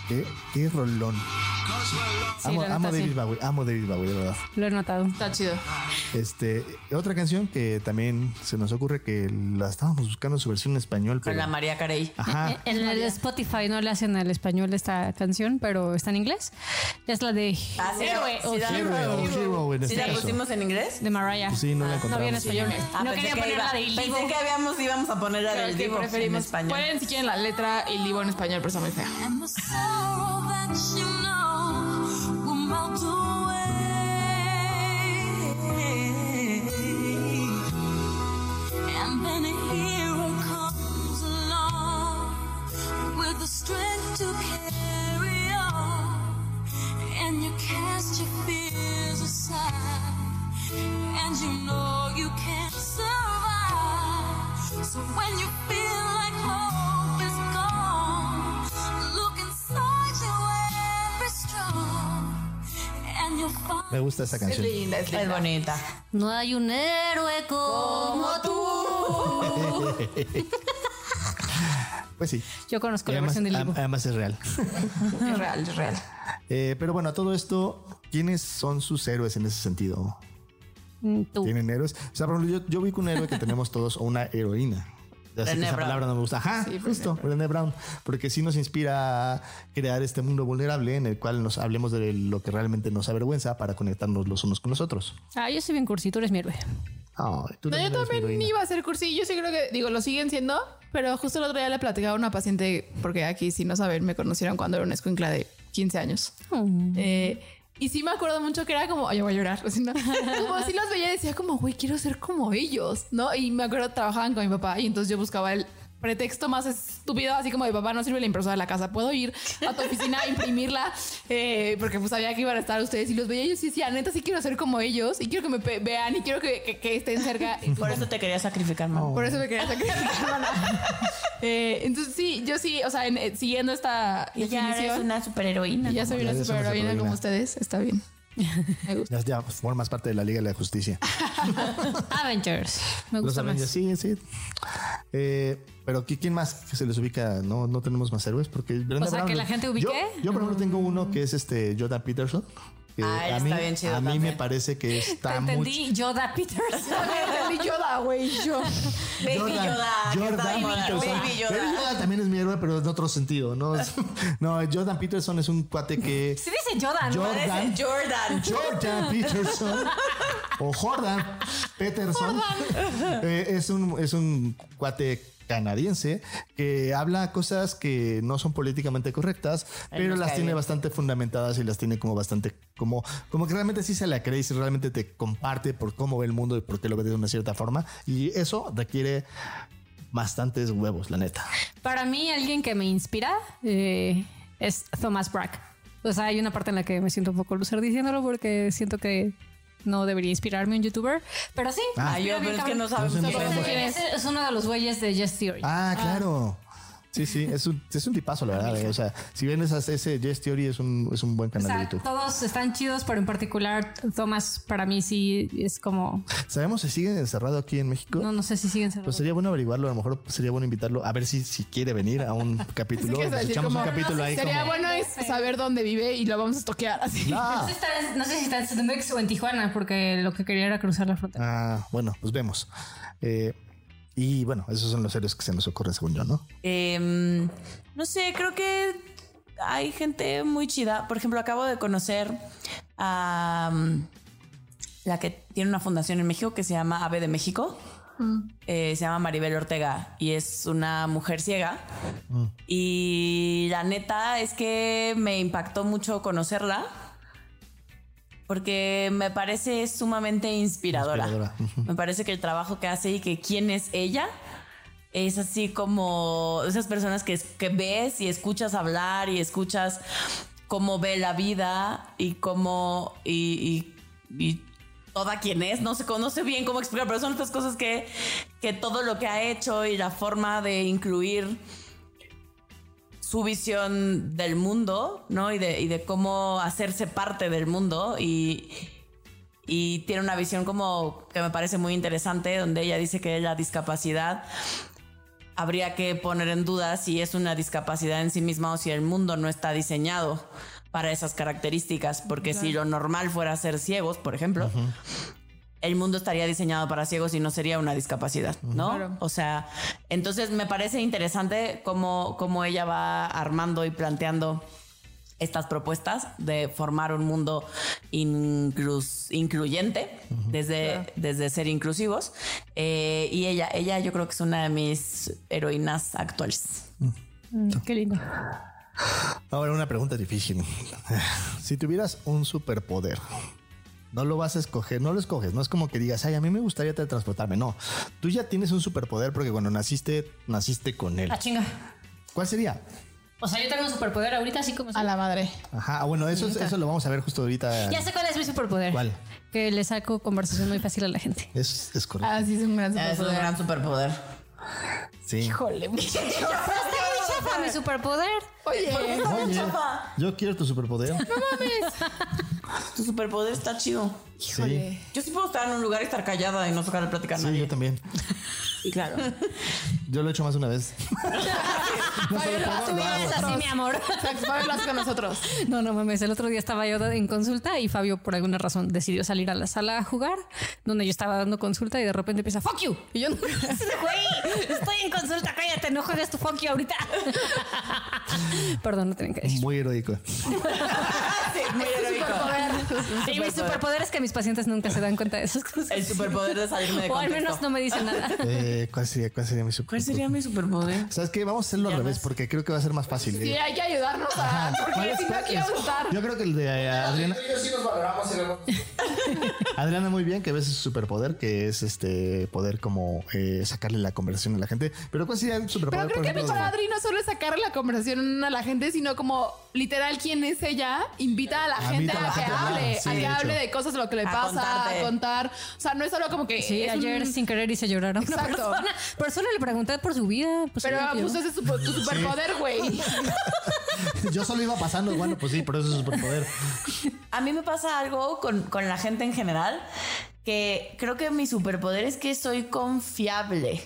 A: ¿Qué, qué rolón?
F: Cause
B: Sí,
A: amo,
B: la neta,
A: amo
B: sí.
A: David Bowie, amo David Bowie, de verdad.
B: Lo he notado.
C: Está chido.
A: Este, otra canción que también se nos ocurre que la estábamos buscando su versión en español,
D: Con
A: pero-
D: la María Carey.
A: Ajá.
B: En el Spotify no le hacen al español esta canción, pero está en inglés. Es la de
D: Ah, sí,
B: Héroe
D: sí,
B: o
D: da-
B: Hero
A: Hero, Hero en
D: ¿Sí
A: este
D: la
A: caso.
D: pusimos en inglés?
B: de Mariah.
A: Pues sí, no la
B: No vi en
A: encontramos.
B: español.
D: Ah,
B: no
D: pensé
B: quería
D: que
B: poner
D: iba-
B: la de Ilivo.
D: Pensé que habíamos, íbamos a poner la
C: Pero
D: del
C: el que
D: Divo en
C: preferimos.
D: español.
C: Pueden si quieren la letra y Libo en español, pero está muy fea.
G: And the sorrow that you know will melt away. And then a hero comes along with the strength to carry on. And you cast your fears aside. And you know you can survive. So when you feel like hope is gone, look inside you and be strong. And you'll find.
A: Me gusta esa
C: Es
A: canción.
C: linda, es
D: Es
C: linda.
D: bonita.
B: No hay un héroe como tú.
A: Pues sí.
B: Yo conozco
A: Y
B: la
A: además, ah,
B: versión del
A: am-
B: Ilivo.
A: además es real.
C: Es real, es real.
A: Eh, pero bueno, a todo esto, ¿quiénes son sus héroes en ese sentido?
B: Mm, Tú.
A: ¿Tienen héroes? O sea, por ejemplo, yo, yo vi que un héroe que tenemos todos, o una heroína. Ya sé que
D: Brené
A: esa
D: Brown.
A: palabra no me gusta. Ajá, justo, Brené Brown. Porque sí nos inspira a crear este mundo vulnerable en el cual nos hablemos de lo que realmente nos avergüenza para conectarnos los unos con los otros.
B: Ah, yo soy bien cursi, tú eres mi héroe.
A: Ay, tú
C: No,
A: también eres mi
C: yo también
A: heroína.
C: iba a ser cursi. Yo sí creo que, digo, lo siguen siendo, pero justo el otro día le platicaba a una paciente, porque aquí, si no saben, me conocieron cuando era una escuincla de 15 años.
A: Mm.
C: Eh, y sí me acuerdo mucho que era como, oye, voy a llorar. Así, ¿no? Como si los veía y decía como, güey, quiero ser como ellos, ¿no? Y me acuerdo trabajaban con mi papá y entonces yo buscaba el pretexto más estúpido, así como mi papá no sirve la impresora de la casa, puedo ir a tu oficina a imprimirla, Eh, porque pues sabía que iban a estar ustedes y los veía y yo sí decía, neta, sí quiero ser como ellos y quiero que me pe- vean y quiero que, que- que estén cerca.
D: Por eso te quería sacrificar, mamá.
C: Por eso me quería sacrificar, hermana. Eh, entonces sí, yo sí, o sea, en- eh, siguiendo esta
D: Y ya eres
C: definición,
D: una superheroína.
C: ya soy
A: Ya
C: una
A: eres una
C: superheroína
A: superheroína.
C: como ustedes, está bien. Me gusta.
A: Ya, ya formas parte de la Liga de la Justicia.
B: Avengers. Me
A: Los
B: gusta
A: Avengers,
B: más.
A: sí, sí. Eh, pero ¿qui- ¿quién más que se les ubica? No, no tenemos más héroes porque... Brenda
B: O sea, que la gente ubique.
A: Yo, yo, por ejemplo, tengo uno que es este Jordan Peterson. que
D: Ah, él
A: a
D: está
A: mí,
D: bien chido
A: a mí me
D: también.
A: parece que
B: Te
A: está Ah, mucho...
B: entendí, Yoda Peters.
C: Baby Yoda, güey, yo.
D: Baby Yoda. que está
A: Jordan
D: de moda.
A: Peterson.
D: Baby Yoda.
A: Baby Yoda también es mi héroe, pero en otro sentido. No, Es- no Jordan Peterson es un cuate que...
B: Sí dice Yoda, ¿no?
A: Jordan.
D: Parece Jordan.
A: Jordan Peterson o Jordan Peterson eh, es, un, es un cuate canadiense que habla cosas que no son políticamente correctas,
D: Ay,
A: pero
D: nos
A: las
D: cae
A: tiene
D: bien.
A: bastante fundamentadas y las tiene como bastante como como que realmente sí se la cree y sí realmente te comparte por cómo ve el mundo y por qué lo ve de una cierta forma y eso requiere bastantes huevos, la neta.
B: Para mí, alguien que me inspira eh, es Thomas Brack. O sea, hay una parte en la que me siento un poco loser diciéndolo porque siento que no debería inspirarme un youtuber, pero sí. me
A: Ah.
D: Ay, yo,
B: inspira
D: pero
B: bien
D: es que no
B: cabrón.
D: sabemos
A: No
D: quién
A: sé
D: es.
A: quién
B: Ese Es uno de los güeyes de Yes Theory.
A: Ah, claro. Sí, sí, es un, es un tipazo, la verdad. eh. O sea, si ven esas, ese Yes Theory es un, es un buen
B: O
A: canal de
B: sea,
A: YouTube.
B: todos están chidos, pero en particular Thomas para mí sí es como...
A: ¿Sabemos si sigue encerrado aquí en México?
B: No, no sé si siguen cerrados.
A: Pues sería bueno averiguarlo, a lo mejor sería bueno invitarlo a ver si, si quiere venir a un capítulo.
C: ¿Qué vas a
A: Nos
C: decir?
A: echamos
C: Como,
A: un capítulo ahí
C: sería
A: como.
C: bueno es saber dónde vive y lo vamos a toquear así.
B: No
A: Ah,
B: sé si está en- no sé si está en CDMX o en Tijuana, porque lo que quería era cruzar la frontera.
A: ah, bueno, pues vemos. Eh, y bueno, esos son los héroes que se nos ocurren, según yo, ¿no?
D: Em, no sé, creo que hay gente muy chida. Por ejemplo, acabo de conocer a mm, la que tiene una fundación en México que se llama Ave de México. Eh, se llama Maribel Ortega y es una mujer ciega. Y la neta es que me impactó mucho conocerla porque me parece sumamente inspiradora.
A: Inspiradora, ujú.
D: Me parece que el trabajo que hace y que quién es ella es así como esas personas que, es- que ves y escuchas hablar y escuchas cómo ve la vida y cómo y, y- y toda quien es, no sé, cómo- no sé bien cómo explicar, pero son estas cosas que, que todo lo que ha hecho y la forma de incluir su visión del mundo, ¿no? Y de, y de cómo hacerse parte del mundo y, y tiene una visión como que me parece muy interesante, donde ella dice que la discapacidad habría que poner en duda si es una discapacidad en sí misma o si el mundo no está diseñado para esas características, porque si lo normal fuera ser ciegos, por ejemplo, el mundo estaría diseñado para ciegos y no sería una discapacidad, ¿no? O sea, entonces me parece interesante cómo, cómo ella va armando y planteando estas propuestas de formar un mundo inclus- incluyente desde, desde ser inclusivos. Eh, y ella, ella yo creo que es una de mis heroínas actuales.
A: Ah,
B: Qué lindo.
A: Ahora una pregunta difícil. Si tuvieras un superpoder, no lo vas a escoger, no lo escoges, no es como que digas, ay, a mí me gustaría teletransportarme, no. Tú ya tienes un superpoder porque cuando naciste, naciste con él.
B: La Ah, chinga.
A: ¿Cuál sería?
B: O sea, yo tengo un superpoder ahorita, así como.
C: A la madre.
A: Ajá, ah, bueno, eso, es- eso lo vamos a ver justo ahorita.
B: Ya sé cuál es mi superpoder.
A: ¿Cuál?
B: Que le saco conversación muy fácil a la gente.
A: Es, es correcto.
C: Ah, sí, es un gran superpoder.
D: superpoder.
A: Sí.
C: Híjole, muchacho.
B: Está muy chafa mi superpoder.
C: Oye,
A: Oye, yo quiero tu superpoder.
D: Tu superpoder está chido.
A: Sí,
C: híjole.
D: Yo sí puedo estar en un lugar y estar callada y no sacar de platicar a
A: sí, yo
D: nadie.
A: también.
D: claro.
A: Yo lo he hecho más de una vez.
C: Fabio, lo hace con
B: Es así,
C: nosotros.
B: mi amor.
C: Exacto, Fabio lo hace con nosotros.
B: No, no mames. El otro día estaba yo en consulta y Fabio, por alguna razón, decidió salir a la sala a jugar, donde yo estaba dando consulta y de repente empieza fuck you. Y yo, no, güey, estoy en consulta, cállate, no juegues tu fuck you ahorita. Perdón, no tenía que decir.
A: Muy heroico.
D: Ah, muy
C: Este
D: heroico.
B: Y mi superpoder es que mis pacientes nunca se dan cuenta de esas cosas.
D: El superpoder de salirme de
B: O al
D: contexto.
B: menos no me dicen nada.
A: Eh, ¿Cuál sería, cuál sería mi superpoder?
D: mi superpoder?
A: ¿Sabes qué? Vamos a hacerlo al revés porque creo que va a ser más fácil.
C: Sí,
A: Eh,
C: hay que ayudarnos a.
A: ¿cuál
C: Porque
A: es-
C: si no
A: cuál
C: quiero
A: es?
C: gustar.
A: Yo creo que el de eh, Adriana.
H: Yo sí nos valoramos y luego.
A: Adriana, muy bien, que ves su superpoder, que es este poder como eh, sacarle la conversación a la gente. Pero ¿cuál sería el
C: Pero
A: superpoder?
C: creo que mi
A: ejemplo, de-
C: Adri no solo es sacar la conversación a la gente, sino como literal quién es ella, invita a la
A: Invita
C: gente
A: a
C: a,
A: la
C: que
A: gente a hablar,
C: hable,
A: sí,
C: a
A: de
C: que hable
A: hecho.
C: de cosas, lo que le
D: A
C: pasa,
D: contarte.
C: a contar. O sea, no es solo como que...
B: Sí,
C: es
B: ayer
C: un-
B: sin querer hice llorar a una
C: Exacto.
B: persona. Pero solo le pregunté por su vida. Pues
C: Pero
B: ella lloró.
C: pues ese es tu, tu superpoder, güey.
A: Yo solo iba pasando, bueno, pues sí, pero eso es superpoder.
D: A mí me pasa algo con, con la gente en general que creo que mi superpoder es que soy confiable.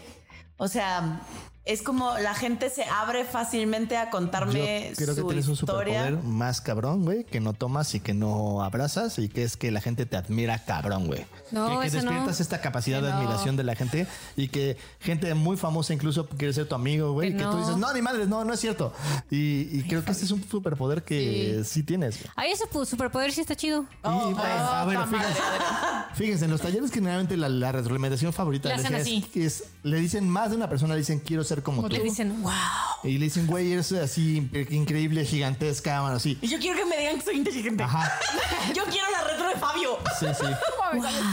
D: O sea, es como la gente se abre fácilmente a
A: Yo
D: contarme
A: creo que
D: su
A: tienes un
D: historia.
A: superpoder más cabrón, güey, que no tomas y que no abrazas y que es que la gente te admira cabrón, güey.
B: No,
A: que, que
B: ese no.
A: despiertas esta capacidad de admiración de la gente y que gente muy famosa incluso quiere ser tu amigo, güey,
B: Que
A: y que tú
B: no.
A: dices, no, ni madres, no, no es cierto. Y, y creo que este es un superpoder que sí, tienes. güey.
B: Ay, ese pu- superpoder sí está chido.
A: Y, pues, a ver, fíjense, fíjense, en los talleres que generalmente la, la retroalimentación favorita
B: Le
A: les
B: hacen
A: es-
B: así.
A: es- le dicen más de una persona, le dicen quiero ser como tú.
B: Le dicen, wow.
A: Y le dicen, güey, eres así imp- increíble, gigantesca, bueno, así.
D: Y yo quiero que me digan que soy inteligente.
A: Ajá.
D: Yo quiero la retro de Fabio.
A: Sí, sí.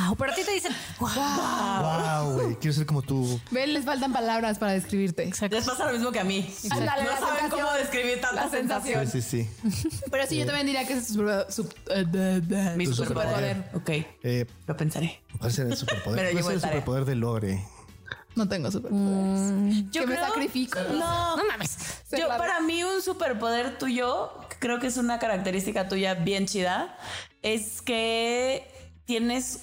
B: Wow. Pero a ti te dicen, wow.
D: Ah.
A: Wow, güey. Quiero ser como tú.
C: Ven, les faltan palabras para describirte.
D: Les pasa lo mismo que a mí.
C: Ándale,
D: no
C: la
D: saben
C: sensación.
D: cómo describir tanta
C: La sensación.
A: Sí, sí, sí.
C: Pero sí, yo también diría que ese es su... su- eh, de- de-
D: Mi
A: Tu
D: superpoder. Ok,
A: Eh,
D: lo pensaré.
A: ¿Cuál será el superpoder?
D: Pero
A: ¿Cuál
D: llevo
A: será el
D: tarea.
A: superpoder de Logre?
C: No tengo
D: Mm.
C: superpoderes.
D: Yo
C: que me
D: creo-
C: sacrifico.
D: No,
B: No mames.
C: Se
D: yo
C: la-
D: para mí un superpoder tuyo, creo que es una característica tuya bien chida, es que tienes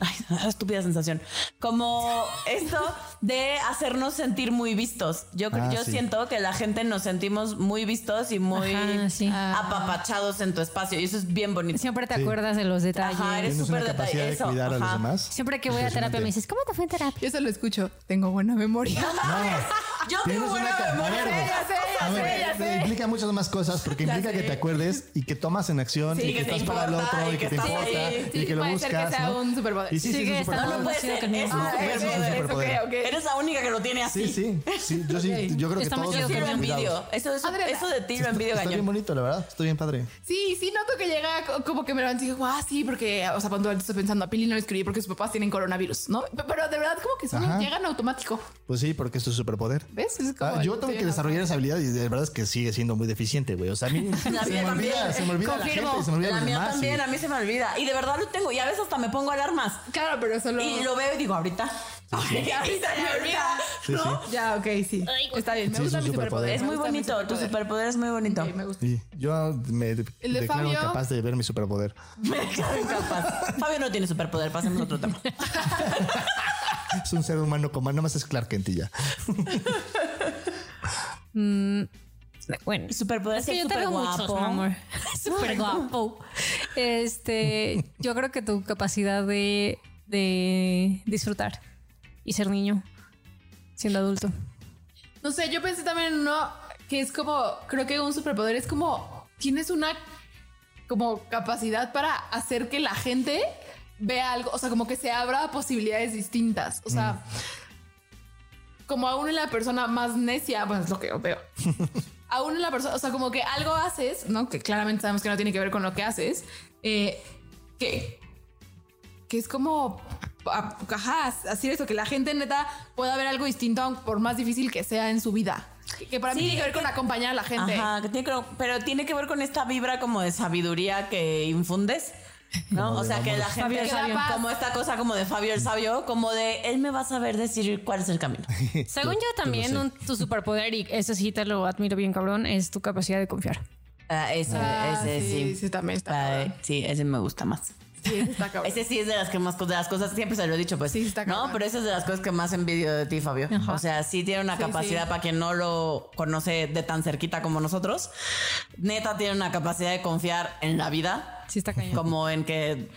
D: ay, una estúpida sensación, como esto de hacernos sentir muy vistos. Yo cre-
A: Ah,
D: yo
A: sí.
D: siento que la gente nos sentimos muy vistos y muy
B: Ajá, sí.
D: apapachados en tu espacio y eso es bien bonito.
B: Siempre te acuerdas de los detalles.
D: Ajá, eres
A: Tienes una
D: súper
A: capacidad de
D: detallado.
A: cuidar a los
D: Ajá.
A: demás.
B: Siempre que voy a terapia me dices, ¿cómo te fue en terapia?
C: Yo se lo escucho. Tengo buena memoria.
D: Yo
A: Tienes
D: tengo buena
A: una ca-
D: memoria.
A: A ver, güey.
C: Ya sé, ya
A: A
C: sé,
A: ver,
C: ya sé.
A: implica muchas más cosas porque implica que te acuerdes y que tomas en acción
D: Sí,
A: y que,
D: que te
A: estás para el
D: importa
A: otro y que te
D: estás
A: importa
D: ahí.
A: y
C: Sí,
A: que lo
C: puede ser que
A: buscas.
C: sea
A: ¿no?
C: un superpoder.
A: Y sí, sí,
B: Sí,
A: es un
B: que
A: superpoder.
B: está-
D: No, no puede ser. Es un
A: Ah,
D: superpoder.
A: eso es un superpoder.
C: ok.
D: Eres la única que lo tiene así.
A: Sí, sí, sí. Yo sí, yo creo que
B: Está muy
A: todos nos
B: chido.
D: Sí, lo
A: hemos
D: envidio.
A: olvidado.
D: Eso, eso,
C: Adriana.
D: eso de ti lo envidio
A: Está bien
D: gañón.
A: bonito, la verdad. Estoy bien padre.
C: Sí, sí, noto que llega co- como que me levanto y digo, ah, sí, porque, o sea, cuando estoy pensando, a Pili no le escribí porque sus papás tienen coronavirus, ¿no? P- Pero de verdad, como que solo
A: Ajá.
C: llegan automático.
A: Pues sí, porque es tu superpoder.
C: ¿Ves? Es como
A: Ah, yo
C: el-
A: tengo que
C: sí,
A: desarrollar esa habilidad y de verdad es que sigue siendo muy deficiente, güey. O sea, a mí se me,
D: La mía
A: olvida,
D: también.
A: se me olvida la
D: Confirmo.
A: gente, se me olvida
D: La
A: los
D: mía
A: demás. y-
D: también, a mí se me olvida. Y de verdad lo tengo. Y a veces hasta me pongo alarmas.
C: Claro, pero solo.
D: Y lo veo y digo, ahorita. Ay, ahorita se me olvida.
A: Sí, sí.
D: ¿No?
C: Ya, ok, sí. Está bien, me
A: Sí, es
C: gusta
A: un
C: mi superpoder.
A: superpoder.
D: Es
C: me
D: muy
C: gusta mi
D: bonito. Tu superpoder es muy bonito.
C: Ok, me gusta.
A: Y yo me de-
C: El de
A: declaro
C: Fabio.
A: capaz de ver mi superpoder.
D: Capaz. Fabio no tiene superpoder. Pasemos a otro tema.
A: Es un ser humano como nada más es Clark Kent y ya.
B: Bueno.
D: Superpoder
B: Es que
D: ser
B: yo te
D: súper
B: veo muchos,
D: guapo.
B: mi amor. Súper guapo. Este, yo creo que tu capacidad de, de disfrutar y ser niño siendo adulto.
C: No sé, yo pensé también en uno que es como, creo que un superpoder es como, tienes una como capacidad para hacer que la gente vea algo, o sea, como que se abra a posibilidades distintas, o sea,
D: Mm.
C: como aún en la persona más necia, pues es lo que yo veo. aún en la persona, o sea, como que algo haces, ¿no? Que claramente sabemos que no tiene que ver con lo que haces, eh, que, que es como, a- ajá, hacer eso, que la gente neta pueda ver algo distinto, aun por más difícil que sea en su vida. Que para mí
D: Sí,
C: tiene que ver con acompañar a la gente.
D: Ajá, que tiene que- pero tiene que ver con esta vibra como de sabiduría que infundes. ¿No? O sea, que la gente
C: Fabio el Sabio.
D: como esta cosa como de Fabio el Sabio, como de él me va a saber decir cuál es el camino.
B: Según yo también,
A: sé.
B: un- tu superpoder, y eso sí te lo admiro bien, cabrón, es tu capacidad de confiar.
D: Ah, ese,
C: Ah,
D: ese sí.
C: sí, sí, también está
D: Ah,
C: cabrón.
D: sí, ese me gusta más.
C: Sí, está cabrón.
D: Ese sí es de las que más de las cosas, siempre se lo he dicho, pues.
C: Sí, está
D: No,
C: cabrón.
D: pero esa es de las cosas que más envidio de ti, Fabio.
B: Ajá.
D: O sea, sí tiene una
C: Sí,
D: capacidad
C: sí.
D: para quien no lo conoce de tan cerquita como nosotros. Neta tiene una capacidad de confiar en la vida.
B: Sí está cañón.
D: Como en que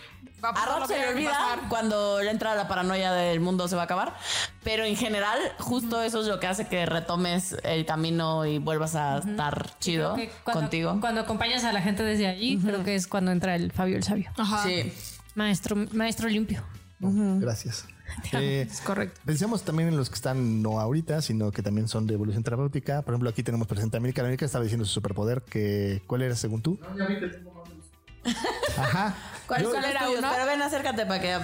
C: Va a
D: a
C: pasar
D: Rob
C: lo
D: se
C: peor
D: le
C: que
D: olvida
C: pasar.
D: cuando le entra la paranoia del mundo se va a acabar. Pero en general, justo eso es lo que hace que retomes el camino y vuelvas a estar chido
B: Creo que cuando-
D: contigo.
B: Cuando acompañas a la gente desde allí, creo que es cuando entra el Fabio el Sabio.
C: Ajá.
D: Sí.
B: Maestro, maestro limpio.
A: Gracias. Eh,
C: Es correcto.
A: Pensemos también en los que están no ahorita, sino que también son de evolución terapéutica. Por ejemplo, aquí tenemos presente a América. La América estaba diciendo su superpoder, que ¿cuál era según tú? Ajá.
D: ¿Cuál,
A: Yo-
D: cuál era uno? Pero ven, acércate para que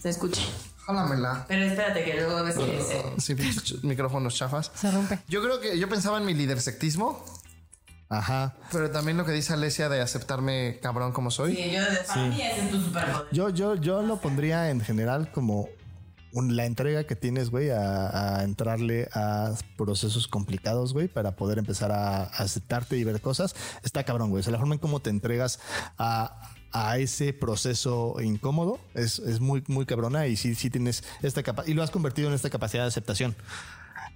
D: se escuche.
H: Jálamela.
D: Pero espérate que luego ves que
H: Sí, pinches ch- micrófonos chafas.
B: Se rompe.
H: Yo creo que yo pensaba en mi lidersectismo,
A: Ajá.
H: pero también lo que dice Alesia de aceptarme cabrón como soy.
D: yo para mí ese es tu superpoder.
A: Yo, yo, yo lo pondría en general como un- la entrega que tienes, güey, a, a entrarle a procesos complicados, güey, para poder empezar a aceptarte y ver cosas. Está cabrón, güey. O sea, la forma en cómo te entregas a, a ese proceso incómodo es, es muy, muy cabrona y sí, sí tienes esta capacidad y lo has convertido en esta capacidad de aceptación.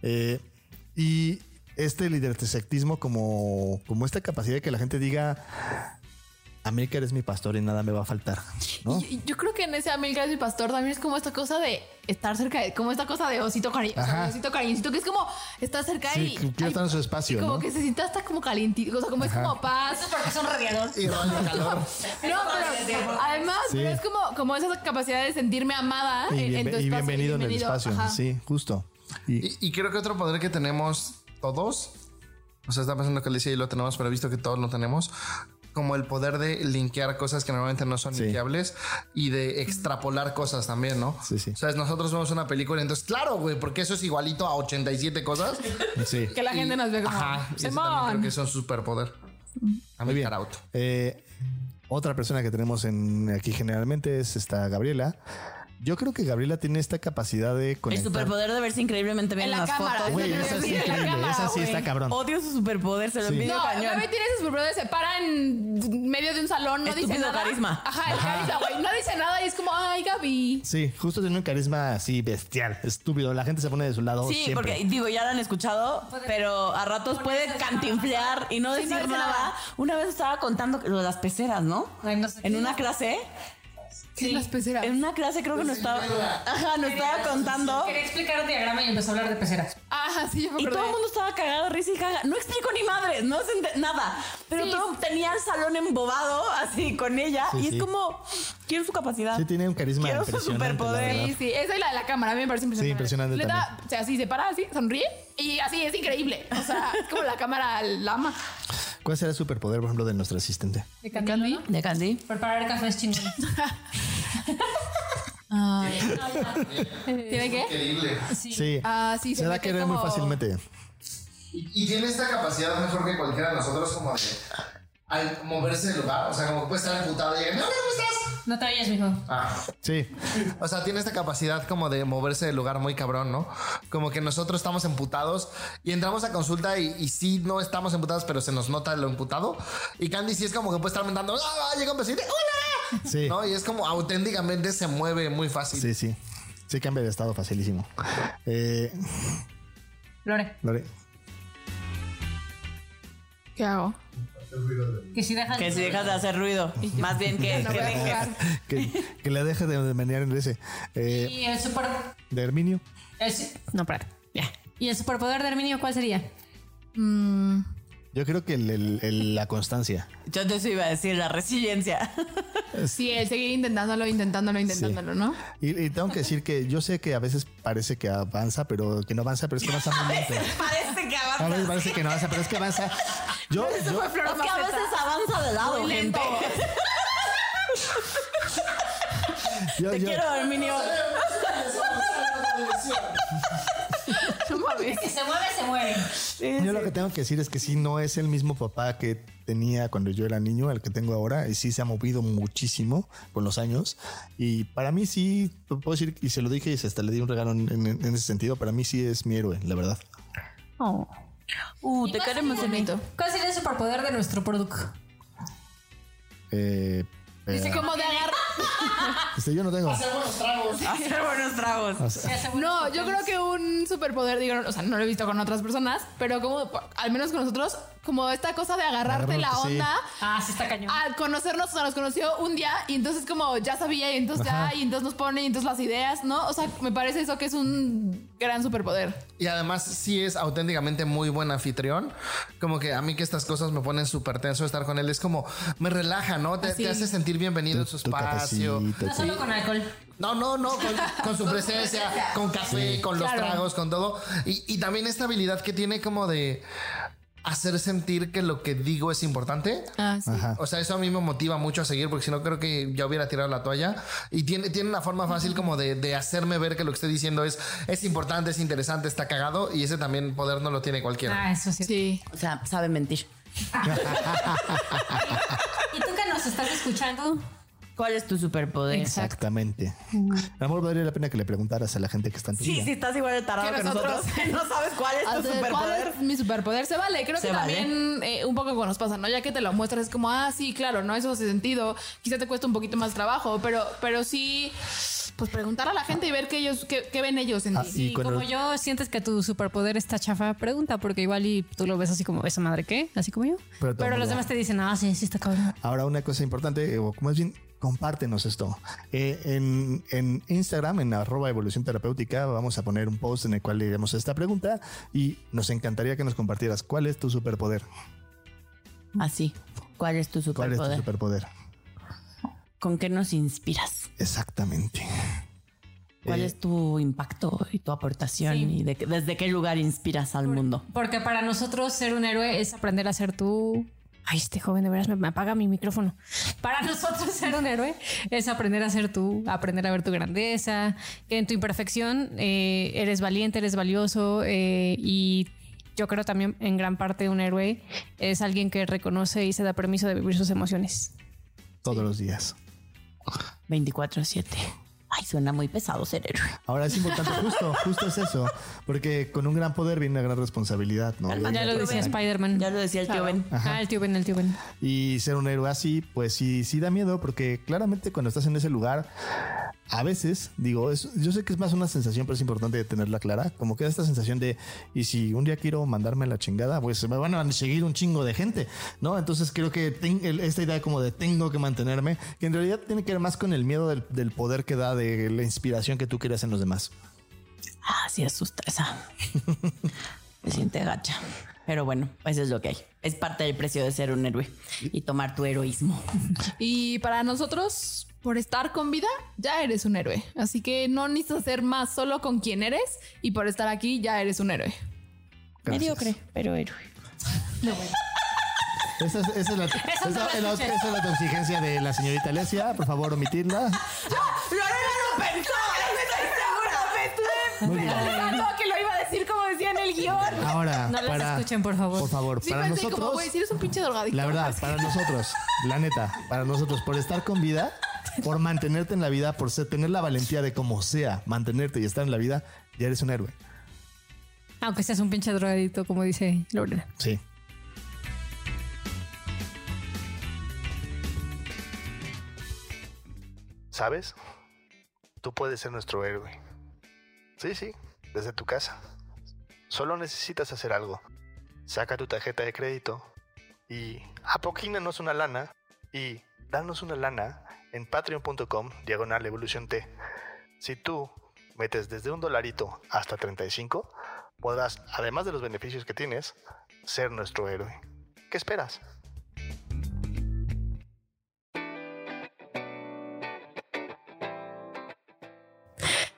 A: Eh, y este lidersectismo como, como esta capacidad de que la gente diga, América eres mi pastor y nada me va a faltar. ¿no?
C: Y- y yo creo que en ese Amilcar y Pastor también es como esta cosa de estar cerca, de, como esta cosa de osito cariñito,
A: Ajá.
C: osito cariñito, que es como estar cerca
A: Sí,
C: y...
A: que quiero
C: ay,
A: estar en su espacio,
C: y como
A: ¿no?
C: que se sienta hasta como calientito, o sea, como es como paz.
D: Porque son radiador.
H: Y rollo calor.
C: No, pero además
A: Sí.
C: pero es como, como esa capacidad de sentirme amada
A: Ah, Y,
C: en, en
A: bienve-
C: tu
A: y
C: espacio. y
A: bienvenido en el espacio.
C: ajá.
A: Sí, justo. Y,
H: Y, y creo que otro poder que tenemos todos, o sea, está pensando que Alicia y lo tenemos, pero he visto que todos lo tenemos, como el poder de linkear cosas que normalmente no son
A: Sí.
H: linkeables y de extrapolar cosas también, ¿no?
A: Sí, sí.
H: O sea, nosotros vemos una película, entonces, claro, güey, porque eso es igualito a 87 cosas.
A: sí.
C: Que la gente nos ve como...
H: Ajá, y ese también creo
C: "Simón".
H: que es un superpoder. A mí, Carauto.
A: Eh, otra persona que tenemos en aquí generalmente es esta Gabriela. Yo creo que Gabriela tiene esta capacidad de
D: El
A: conectar.
D: superpoder de verse increíblemente bien
C: En
D: en,
C: la
D: las
C: cámara.
D: fotos.
A: Güey,
C: Yo
A: esa
C: creo
A: sí es
C: que en la
A: increíble,
C: cámara,
A: esa sí está
C: güey.
A: cabrón.
D: Odio su superpoder, se lo
A: Sí.
D: envidio
C: No,
D: cañón.
C: Gaby tiene sus superpoderes, se para en medio de un salón, no dice
D: Estúpido
C: nada.
D: carisma.
C: Ajá, el carisma, güey. No dice nada y es como, ay, Gaby.
A: Sí, justo tiene un carisma así bestial, estúpido. La gente se pone de su lado
D: Sí,
A: Oh, siempre.
D: porque digo, ya lo han escuchado, pero a ratos puede cantinflear y no
C: Sí,
D: decir
C: no dice
D: nada.
C: nada.
D: Una vez estaba contando lo de las peceras, ¿no? en una clase,
C: ¿Qué es las peceras?
D: en una clase
C: Pues
D: creo que nos estaba, ajá, nos estaba contando
B: Quería explicar un diagrama y empezó a hablar de peceras.
C: Ajá, sí, yo me
D: Y
C: acordé.
D: todo el mundo estaba cagado, risa y caga. No explico ni madre, no se ente- nada. Pero
C: Sí.
D: todo tenía el salón embobado así con ella.
A: Sí,
D: y
A: sí.
D: es como, quiero su capacidad.
A: Sí, tiene un carisma
D: Quiero su
A: impresionante. la
D: superpoder.
A: verdad.
C: Sí, sí, esa es la de la cámara, a mí me parece impresionante.
A: Sí, impresionante
C: Le da-
A: también.
C: o sea, así se para, así, sonríe y así es increíble. O sea, es como la cámara lama.
A: ¿Cuál será el superpoder, por ejemplo, de nuestro asistente?
B: ¿De Candy?
D: De Candy.
B: Preparar cafés chingones.
C: ¿Tiene qué?
H: Increíble.
A: Sí.
C: Ah, sí,
A: se da a
C: mete
A: querer muy
C: como-
A: fácilmente.
H: Y, y tiene esta capacidad mejor que cualquiera de nosotros como de al moverse del lugar, o sea, como que puede estar emputado y llega, no, no, no estás.
B: No te vayas, mijo.
H: Ah.
A: Sí,
H: O sea, tiene esta capacidad como de moverse del lugar muy cabrón, ¿no? Como que nosotros estamos emputados y entramos a consulta y, y sí, no estamos emputados, pero se nos nota lo emputado. Y Candy sí es como que puede estar mentando, ¡ah! Llega un paciente, ¡hola!
A: sí.
H: ¿No? Y es como auténticamente se mueve muy fácil.
A: Sí, sí. Sí, cambia de estado facilísimo. Eh,
B: Lore.
A: Lore.
C: ¿Qué hago?
B: Que si dejas
D: Que si dejas de hacer ruido, más bien que,
C: No
D: que
C: voy a
D: dejes.
C: jugar.
A: Que, que la deje de, de menear en ese. eh,
B: Y el super...
A: de Herminio.
B: el su- no, espérate. Ya. ¿Y el superpoder de Herminio cuál sería?
C: Mm,
A: Yo creo que el- el- el- la constancia.
D: Yo te iba a decir la resiliencia.
C: sí, el seguir intentándolo, intentándolo, intentándolo, ¿no?
A: Y, y tengo que decir que yo sé que a veces parece que avanza, pero que no avanza, pero es que avanza muy lento.
D: Parece que
A: A veces
D: avanza.
A: parece que no avanza, pero es que avanza. Yo, yo,
D: Es que a veces avanza de lado, gente.
A: yo,
D: Te
A: yo-
D: quiero, Herminio.
C: No mames.
B: Si se mueve, se mueve.
A: yo lo que tengo que decir es que sí, no es el mismo papá que tenía cuando yo era niño, el que tengo ahora, y sí se ha movido muchísimo con los años. Y para mí sí, puedo decir, y se lo dije y hasta le di un regalo en, en- en ese sentido, para mí sí es mi héroe, la verdad.
D: Uh, te
B: cuál
D: queremos,
B: sería-
D: Herminio.
B: ¿Cuál sería el superpoder de nuestro producto?
A: Eh, eh,
C: Dice como de agarrar.
A: este, yo no tengo.
D: Hacer buenos tragos.
A: Ah.
C: No, yo creo que un superpoder, digo, no, o sea, no lo he visto con otras personas, pero como, al menos con nosotros, como esta cosa de agarrarte la
A: Agarrarte, sí.
C: onda.
B: Ah, sí está cañón.
C: Al conocernos, o sea, nos conoció un día y entonces como ya sabía y entonces ya, y entonces nos pone y entonces las ideas, ¿no? O sea, me parece eso que es un gran superpoder.
H: Y además sí es auténticamente muy buen anfitrión. Como que a mí que estas cosas me ponen súper tenso estar con él. Es como, me relaja, ¿no? Te, te hace sentir bienvenido en su
A: Tu
H: espacio.
A: cafecito,
B: No solo con alcohol.
H: No, no, no, con, con su presencia, con café, con los
C: Claro.
H: tragos, con todo. Y, y también esta habilidad que tiene como de hacer sentir que lo que digo es importante.
C: Ah, sí.
A: Ajá.
H: O sea, eso a mí me motiva mucho a seguir porque si no creo que ya hubiera tirado la toalla. Y tiene, tiene una forma fácil como de, de hacerme ver que lo que estoy diciendo es, es importante, es interesante, está cagado y ese también poder no lo tiene cualquiera.
B: Ah, eso sí.
C: Sí.
D: O sea, sabe mentir.
B: ¿Y tú que nos estás escuchando?
D: ¿Cuál es tu superpoder?
A: Exactamente. A lo mejor valdría la pena que le preguntaras a la gente que está en tu
D: Sí,
A: vida.
D: si estás igual de tarado
C: Que
D: que nosotros, no sabes cuál es tu
C: ¿Cuál
D: superpoder.
C: es mi superpoder? Se vale. Creo
D: Se
C: que
D: vale.
C: también eh, un poco como nos pasa, ¿no? Ya que te lo muestras, es como, ah, sí, claro, ¿no? Eso hace sentido. Quizá te cuesta un poquito más trabajo, pero, pero sí, pues preguntar a la gente y ver qué ellos, qué, qué ven ellos en
A: Ah,
C: ti.
B: Y
A: y cuando-
B: como yo sientes que tu superpoder está chafa, pregunta, porque igual y tú lo ves así como, ¿esa madre qué? Así como yo.
A: Pero
B: Pero,
A: todo
B: los
A: mundo-
B: demás te dicen, ah, sí, sí está cabrón.
A: Ahora, una cosa importante, eh, o más bien, compártenos esto. Eh, en, en Instagram, en arroba evolución terapéutica, vamos a poner un post en el cual le diremos esta pregunta y nos encantaría que nos compartieras cuál es tu superpoder.
D: Así. ¿Cuál es tu
A: ¿Cuál es tu
D: superpoder?
A: superpoder?
D: ¿Con qué nos inspiras?
A: Exactamente.
D: ¿Cuál
A: Eh,
D: es tu impacto y tu aportación? ¿Y de- desde qué lugar inspiras al mundo?
B: Porque para nosotros ser un héroe es aprender a ser tú. Ay, este joven de veras me, me apaga mi micrófono. Para nosotros ser un héroe es aprender a ser tú, aprender a ver tu grandeza, que en tu imperfección eh, eres valiente, eres valioso eh, y yo creo también en gran parte un héroe es alguien que reconoce y se da permiso de vivir sus emociones.
A: Todos los días.
D: 24-7. Ay, suena muy pesado ser héroe.
A: Ahora es importante, justo, justo es eso, porque con un gran poder viene una gran responsabilidad, ¿no?
B: Ya lo decía Spider-Man.
D: Ya lo decía el tío Ben.
B: Ah, el tío Ben, el tío Ben.
A: Y ser un héroe así, pues sí, sí da miedo, porque claramente cuando estás en ese lugar, a veces, digo, es- yo sé que es más una sensación, pero es importante tenerla clara, como que esta sensación de, y si un día quiero mandarme a la chingada, pues me van a seguir un chingo de gente, ¿no? Entonces creo que ten- el- esta idea como de tengo que mantenerme, que en realidad tiene que ver más con el miedo del, del poder que da, de la inspiración que tú quieres en los demás.
D: Ah, sí, asusta esa. Se siente gacha. Pero bueno, eso es lo que hay. Es parte del precio de ser un héroe y tomar tu heroísmo.
C: Y para nosotros, por estar con vida, ya eres un héroe. Así que no necesitas ser más solo con quien eres y por estar aquí ya eres un héroe.
A: Gracias.
D: pero héroe.
A: Esa es, esa es la, esa es la- esa es la autoexigencia de la señorita Alesia, por favor, omitirla. Muy bien.
C: Algo que lo iba a decir como decía en el guión.
A: Ahora,
B: No las
A: para,
B: escuchen, por favor.
A: Por favor,
C: Sí,
A: para
C: pensé
A: nosotros,
C: como, güey, si eres un pinche drogadicto.
A: la verdad, para nosotros, la neta, para nosotros, por estar con vida, por mantenerte en la vida, por ser- tener la valentía de como sea, mantenerte y estar en la vida, ya eres un héroe.
B: Aunque seas un pinche drogadicto, como dice Lorena.
A: Sí. ¿Sabes? Tú puedes ser nuestro héroe. Sí, sí, desde tu casa. Solo necesitas hacer algo. Saca tu tarjeta de crédito, y apoquínanos una lana y danos una lana en patreon.com diagonal evolución T. Si tú metes desde un dolarito hasta 35, podrás, además de los beneficios que tienes, ser nuestro héroe. ¿Qué esperas?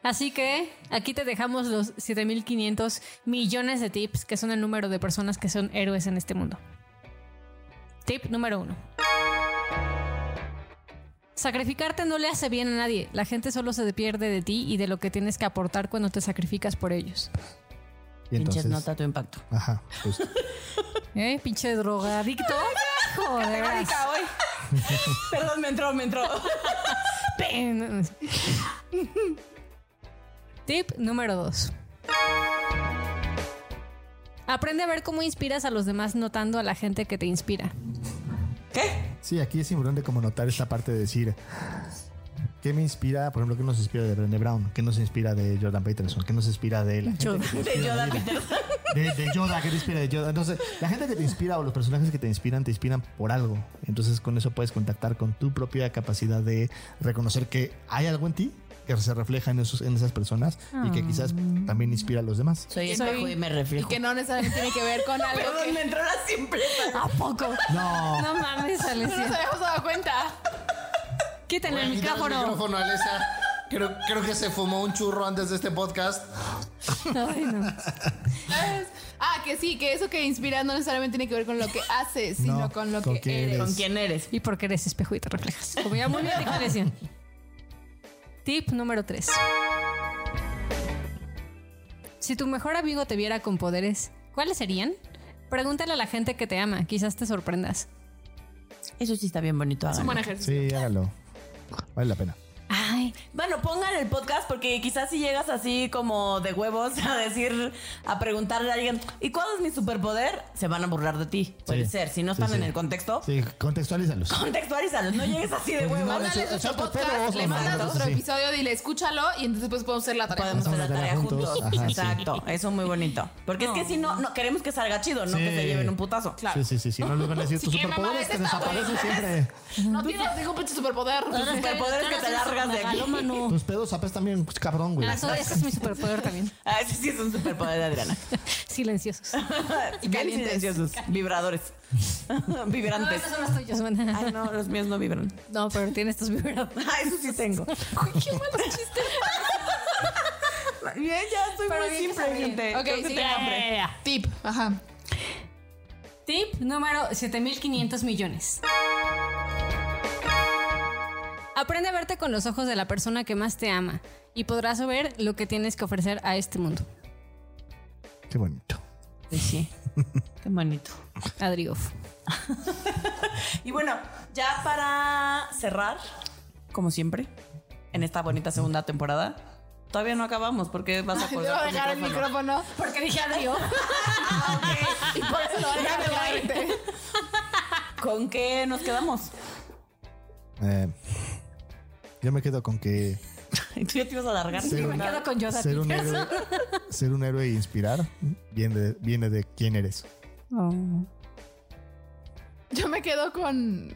B: Así que aquí te dejamos los 7500 millones de tips, que son el número de personas que son héroes en este mundo. Tip número uno. Sacrificarte no le hace bien a nadie. La gente solo se pierde de ti y de lo que tienes que aportar cuando te sacrificas por ellos.
A: Y
D: Pinches nota tu impacto.
A: Ajá, pues,
B: ¿Eh? Pinche drogadicto. Joder.
D: Categórica hoy. Perdón, me entró, me entró.
B: Pen- Tip número 2. Aprende a ver cómo inspiras a los demás notando a la gente que te inspira.
D: ¿Qué?
A: sí, aquí es importante como notar esta parte de decir qué me inspira, por ejemplo, qué nos inspira de Brené Brown, qué nos inspira de Jordan Peterson, qué nos inspira de la gente que te
D: De
A: inspira
D: Yoda
A: de-
D: Peterson.
A: De, de Yoda, que te inspira de Yoda. Entonces, la gente que te inspira o los personajes que te inspiran, te inspiran por algo. Entonces, con eso puedes contactar con tu propia capacidad de reconocer que hay algo en ti que se refleja en, esos, en esas personas y que quizás
D: Ah.
A: también inspira a los demás.
D: Soy
C: Soy-
D: espejo y me reflejo.
C: Y que no necesariamente tiene que ver con algo
D: Perdón,
C: que
D: me entró la simpleza.
B: ¿A poco?
A: No,
B: No mames,
C: no nos
B: Alesia.
C: habíamos dado cuenta.
B: Quítale el
H: Voy a quitar
B: micrófono.
H: micrófono, Alexa. Creo, creo que se fumó un churro antes de este podcast.
B: Ay, no.
C: ¿Sabes? Ah, que sí, que eso que inspira no necesariamente tiene que ver con lo que haces, sino
A: No,
C: con lo
A: con
C: que
A: quién
C: eres.
A: eres.
D: ¿Con quién eres?
B: Y porque eres espejo y te reflejas. Como ya muy bien dijo Alesia. Tip número 3. Si tu mejor amigo te viera con poderes, ¿cuáles serían? Pregúntale a la gente que te ama, quizás te sorprendas.
D: Eso sí está bien bonito.
C: Es un
D: háganlo.
C: buen ejercicio.
A: sí, hágalo. Vale la pena.
B: Ay,
D: Bueno, pongan el podcast porque quizás si llegas así como de huevos a decir, a preguntarle a alguien, ¿y cuál es mi superpoder? Se van a burlar de ti. Puede
A: Sí.
D: ser, si no
A: Sí,
D: están en
A: sí.
D: el contexto.
A: Sí, contextualízalos.
D: Contextualízalos, no llegues así de huevos.
A: No,
D: Mándales
A: eso-
D: otro
A: eso-
D: podcast.
A: Pero ojo,
C: Le mandas
A: mano,
C: otro
A: sí.
C: episodio, dile, escúchalo y entonces pues podemos hacer la tarea.
D: Podemos hacer la tarea juntos.
A: Ajá, sí.
D: Exacto, eso muy bonito. Porque es que si no, no queremos que salga chido, no
A: Sí.
D: que se lleven un putazo.
A: Sí, sí, sí, sí. No les van a decir
C: Si
A: tus
C: quieren
A: superpoderes
C: mamar
A: que
C: es esta, güey.
A: desaparecen siempre.
C: No tienes ningún pinche superpoder.
D: Los superpoderes que te largas de aquí.
B: megalómano.
A: Tus pedos apestan bien, cabrón, güey.
B: Ah, eso, ese es mi superpoder también. Ah,
D: Ah, ese sí es un superpoder de Adriana.
B: Silenciosos.
D: Bien
C: calientes.
D: silenciosos, vibradores. Vibrantes.
B: son los tuyos,
D: Ay, no, los míos no vibran.
B: No, pero tienes tus vibradores.
D: Ah, eso sí tengo.
C: Qué mal chiste.
D: Bien, ya estoy
C: Pero
D: muy
C: bien que
D: simple,
C: sonríe.
D: gente.
C: Ok,
D: Creo que
C: sí.
D: tengo hambre.
C: Tip, ajá.
B: Tip número 7500 millones. Aprende a verte con los ojos de la persona que más te ama y podrás ver lo que tienes que ofrecer a este mundo.
A: Qué bonito.
D: Sí, sí. Qué bonito.
B: Adriof.
D: Y bueno, ya para cerrar, como siempre, en esta bonita segunda temporada, todavía no acabamos porque vas a
C: Debo
D: colgar tu
C: dejar el
D: micrófono.
C: micrófono porque dije adiós. Y por eso lo voy a
D: Ya me
C: dejar.
D: voy. ¿Con qué nos quedamos?
A: Eh, yo me quedo con que
D: Tú ya te ibas a alargar.
A: Ser una-
B: Quedo con Yoda
A: ser un
B: Peterson.
A: héroe, ser un héroe e inspirar viene de, viene de quién eres.
B: Oh,
C: Yo me quedo con.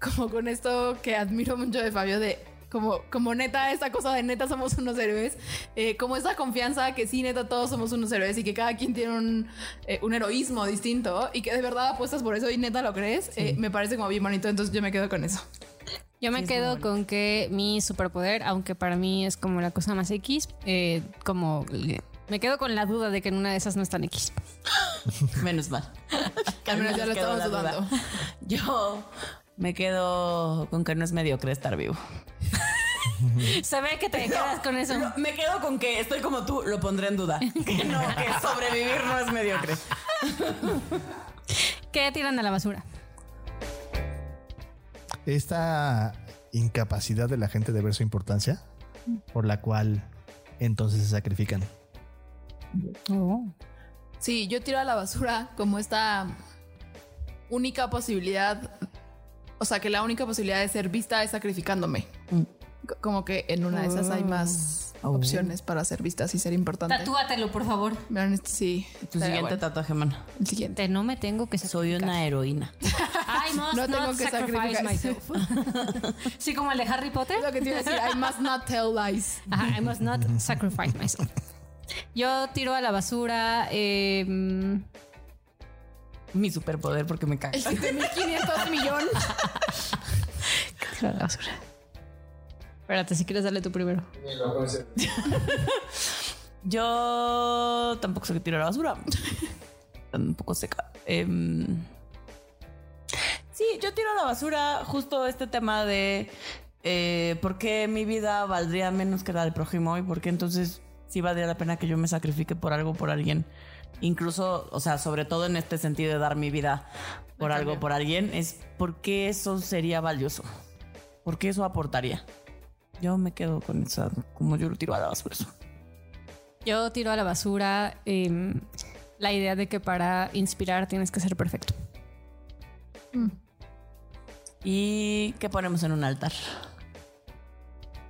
C: Como con esto que admiro mucho de Fabio, de como, como neta, esta cosa de neta somos unos héroes. eh, como esa confianza que sí, neta, todos somos unos héroes y que cada quien tiene un, eh, un heroísmo distinto y que de verdad apuestas por eso y neta lo crees. eh, me parece como bien bonito, entonces yo me quedo con eso.
B: Yo me quedo con que mi superpoder, aunque para mí es como la cosa más X, eh, como me quedo con la duda de que en una de esas no están X.
D: Menos mal.
C: Al menos ya lo
D: quedó
C: estamos
D: la duda.
C: dudando.
D: Yo me quedo con que no es mediocre estar vivo.
B: Se ve que te quedas con eso.
D: Lo- me quedo con que estoy como tú, lo pondré en duda. Que no, que sobrevivir no es mediocre.
B: ¿Qué tiran a la basura?
A: Esta incapacidad de la gente de ver su importancia, por la cual entonces se sacrifican.
C: Sí, yo tiro a la basura como esta única posibilidad. O sea,
D: Ah.
C: que la única posibilidad de ser vista es sacrificándome. C- Como que en una de esas hay más opciones para ser vistas y ser importante.
B: Tatúatelo, por favor.
C: Vean, este sí.
D: Tu
C: Estaría
D: siguiente
C: bueno.
D: tatuaje, man.
C: El siguiente.
B: Te- no me tengo que
D: Soy
B: sacrificar.
D: una heroína.
B: I must
C: No tengo
B: not
C: que
B: sacrifice
C: sacrificar.
B: myself. sí, como el de Harry Potter.
C: Lo que te iba a decir, I must not tell lies.
B: Ajá, I must not sacrifice myself. Yo tiro a la basura. eh, mm,
D: Mi superpoder porque me cago.
C: El 7500 millón.
B: tiro a la basura. Espérate, si quieres darle tú primero.
D: Yo tampoco sé qué tiro a la basura. tampoco seca. Em, sí, yo tiro a la basura justo este tema de eh, por qué mi vida valdría menos que la del prójimo y por qué entonces sí valdría la pena que yo me sacrifique por algo, por alguien. Incluso, o sea, sobre todo en este sentido de dar mi vida por algo, por alguien, es por qué eso sería valioso. ¿Por qué eso aportaría? Yo me quedo con esa, como yo lo tiro a la basura. eso.
B: Yo tiro a la basura eh, la idea de que para inspirar tienes que ser perfecto.
D: ¿Y qué ponemos en un altar?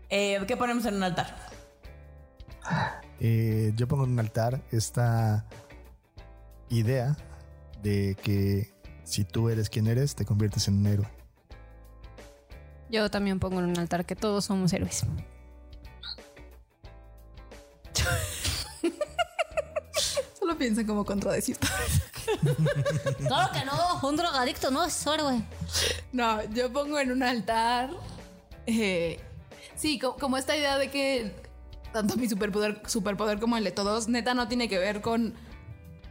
D: Eh, ¿Qué ponemos en un altar?
A: Eh, yo pongo en un altar esta idea de que si tú eres quien eres, te conviertes en un héroe.
B: Yo también pongo en un altar que todos somos héroes.
C: Solo piensan como contradecir.
B: Claro que no, un drogadicto no es héroe.
C: No, yo pongo en un altar. eh, sí, co- como esta idea de que tanto mi superpoder, superpoder como el de todos, neta, no tiene que ver con,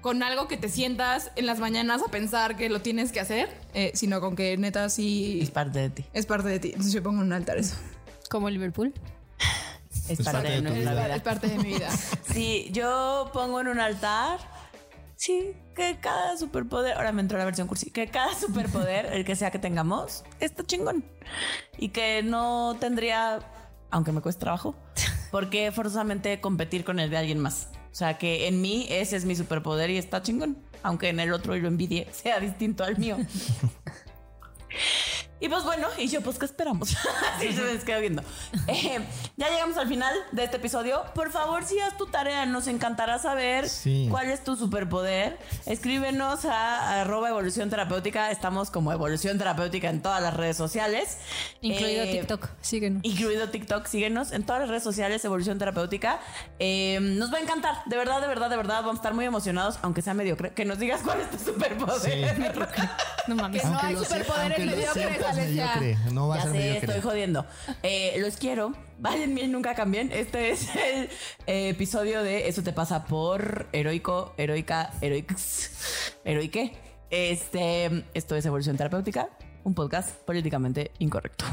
C: con algo que te sientas en las mañanas a pensar que lo tienes que hacer, eh, sino con que neta
D: Es
C: sí
D: parte de ti.
C: es parte de ti. Entonces yo pongo en un altar eso.
B: Como Liverpool.
D: Es parte de
A: tu
D: nuestra
A: vida.
D: vida.
C: Es parte de mi vida.
D: Sí, yo pongo en un altar. Sí, que cada superpoder. Ahora me entró la versión cursi. Que cada superpoder, el que sea que tengamos, está chingón. Y que no tendría, aunque me cueste trabajo, por qué forzosamente competir con el de alguien más. O sea, que en mí ese es mi superpoder y está chingón. Aunque en el otro y lo envidie sea distinto al mío. Y pues bueno, y yo, pues, ¿qué esperamos? Así se les quedo viendo. Eh, ya llegamos al final de este episodio. Por favor, si haz tu tarea, nos encantará saber
A: Sí.
D: cuál es tu superpoder. Escríbenos a arroba evolución terapéutica. Estamos como evolución terapéutica en todas las redes sociales.
B: Incluido
D: Eh,
B: TikTok. Síguenos.
D: Incluido TikTok, síguenos en todas las redes sociales, Evolución Terapéutica. Eh, nos va a encantar, de verdad, de verdad, de verdad. Vamos a estar muy emocionados, aunque sea mediocre. Que nos digas cuál es tu superpoder.
A: Sí.
B: No mames.
C: No hay
A: lo se-
C: superpoderes
A: aunque lo
C: mediocres,
A: sepas
C: Alesia.
A: mediocre, No va a
D: Ya
A: ser
D: sé,
A: mediocre.
D: estoy jodiendo. Eh, los quiero. Vayan bien, nunca cambien. Este es el eh, episodio de Eso te pasa por heroico, heroica, heroics, heroique. Este, esto es Evolución Terapéutica, un podcast políticamente incorrecto.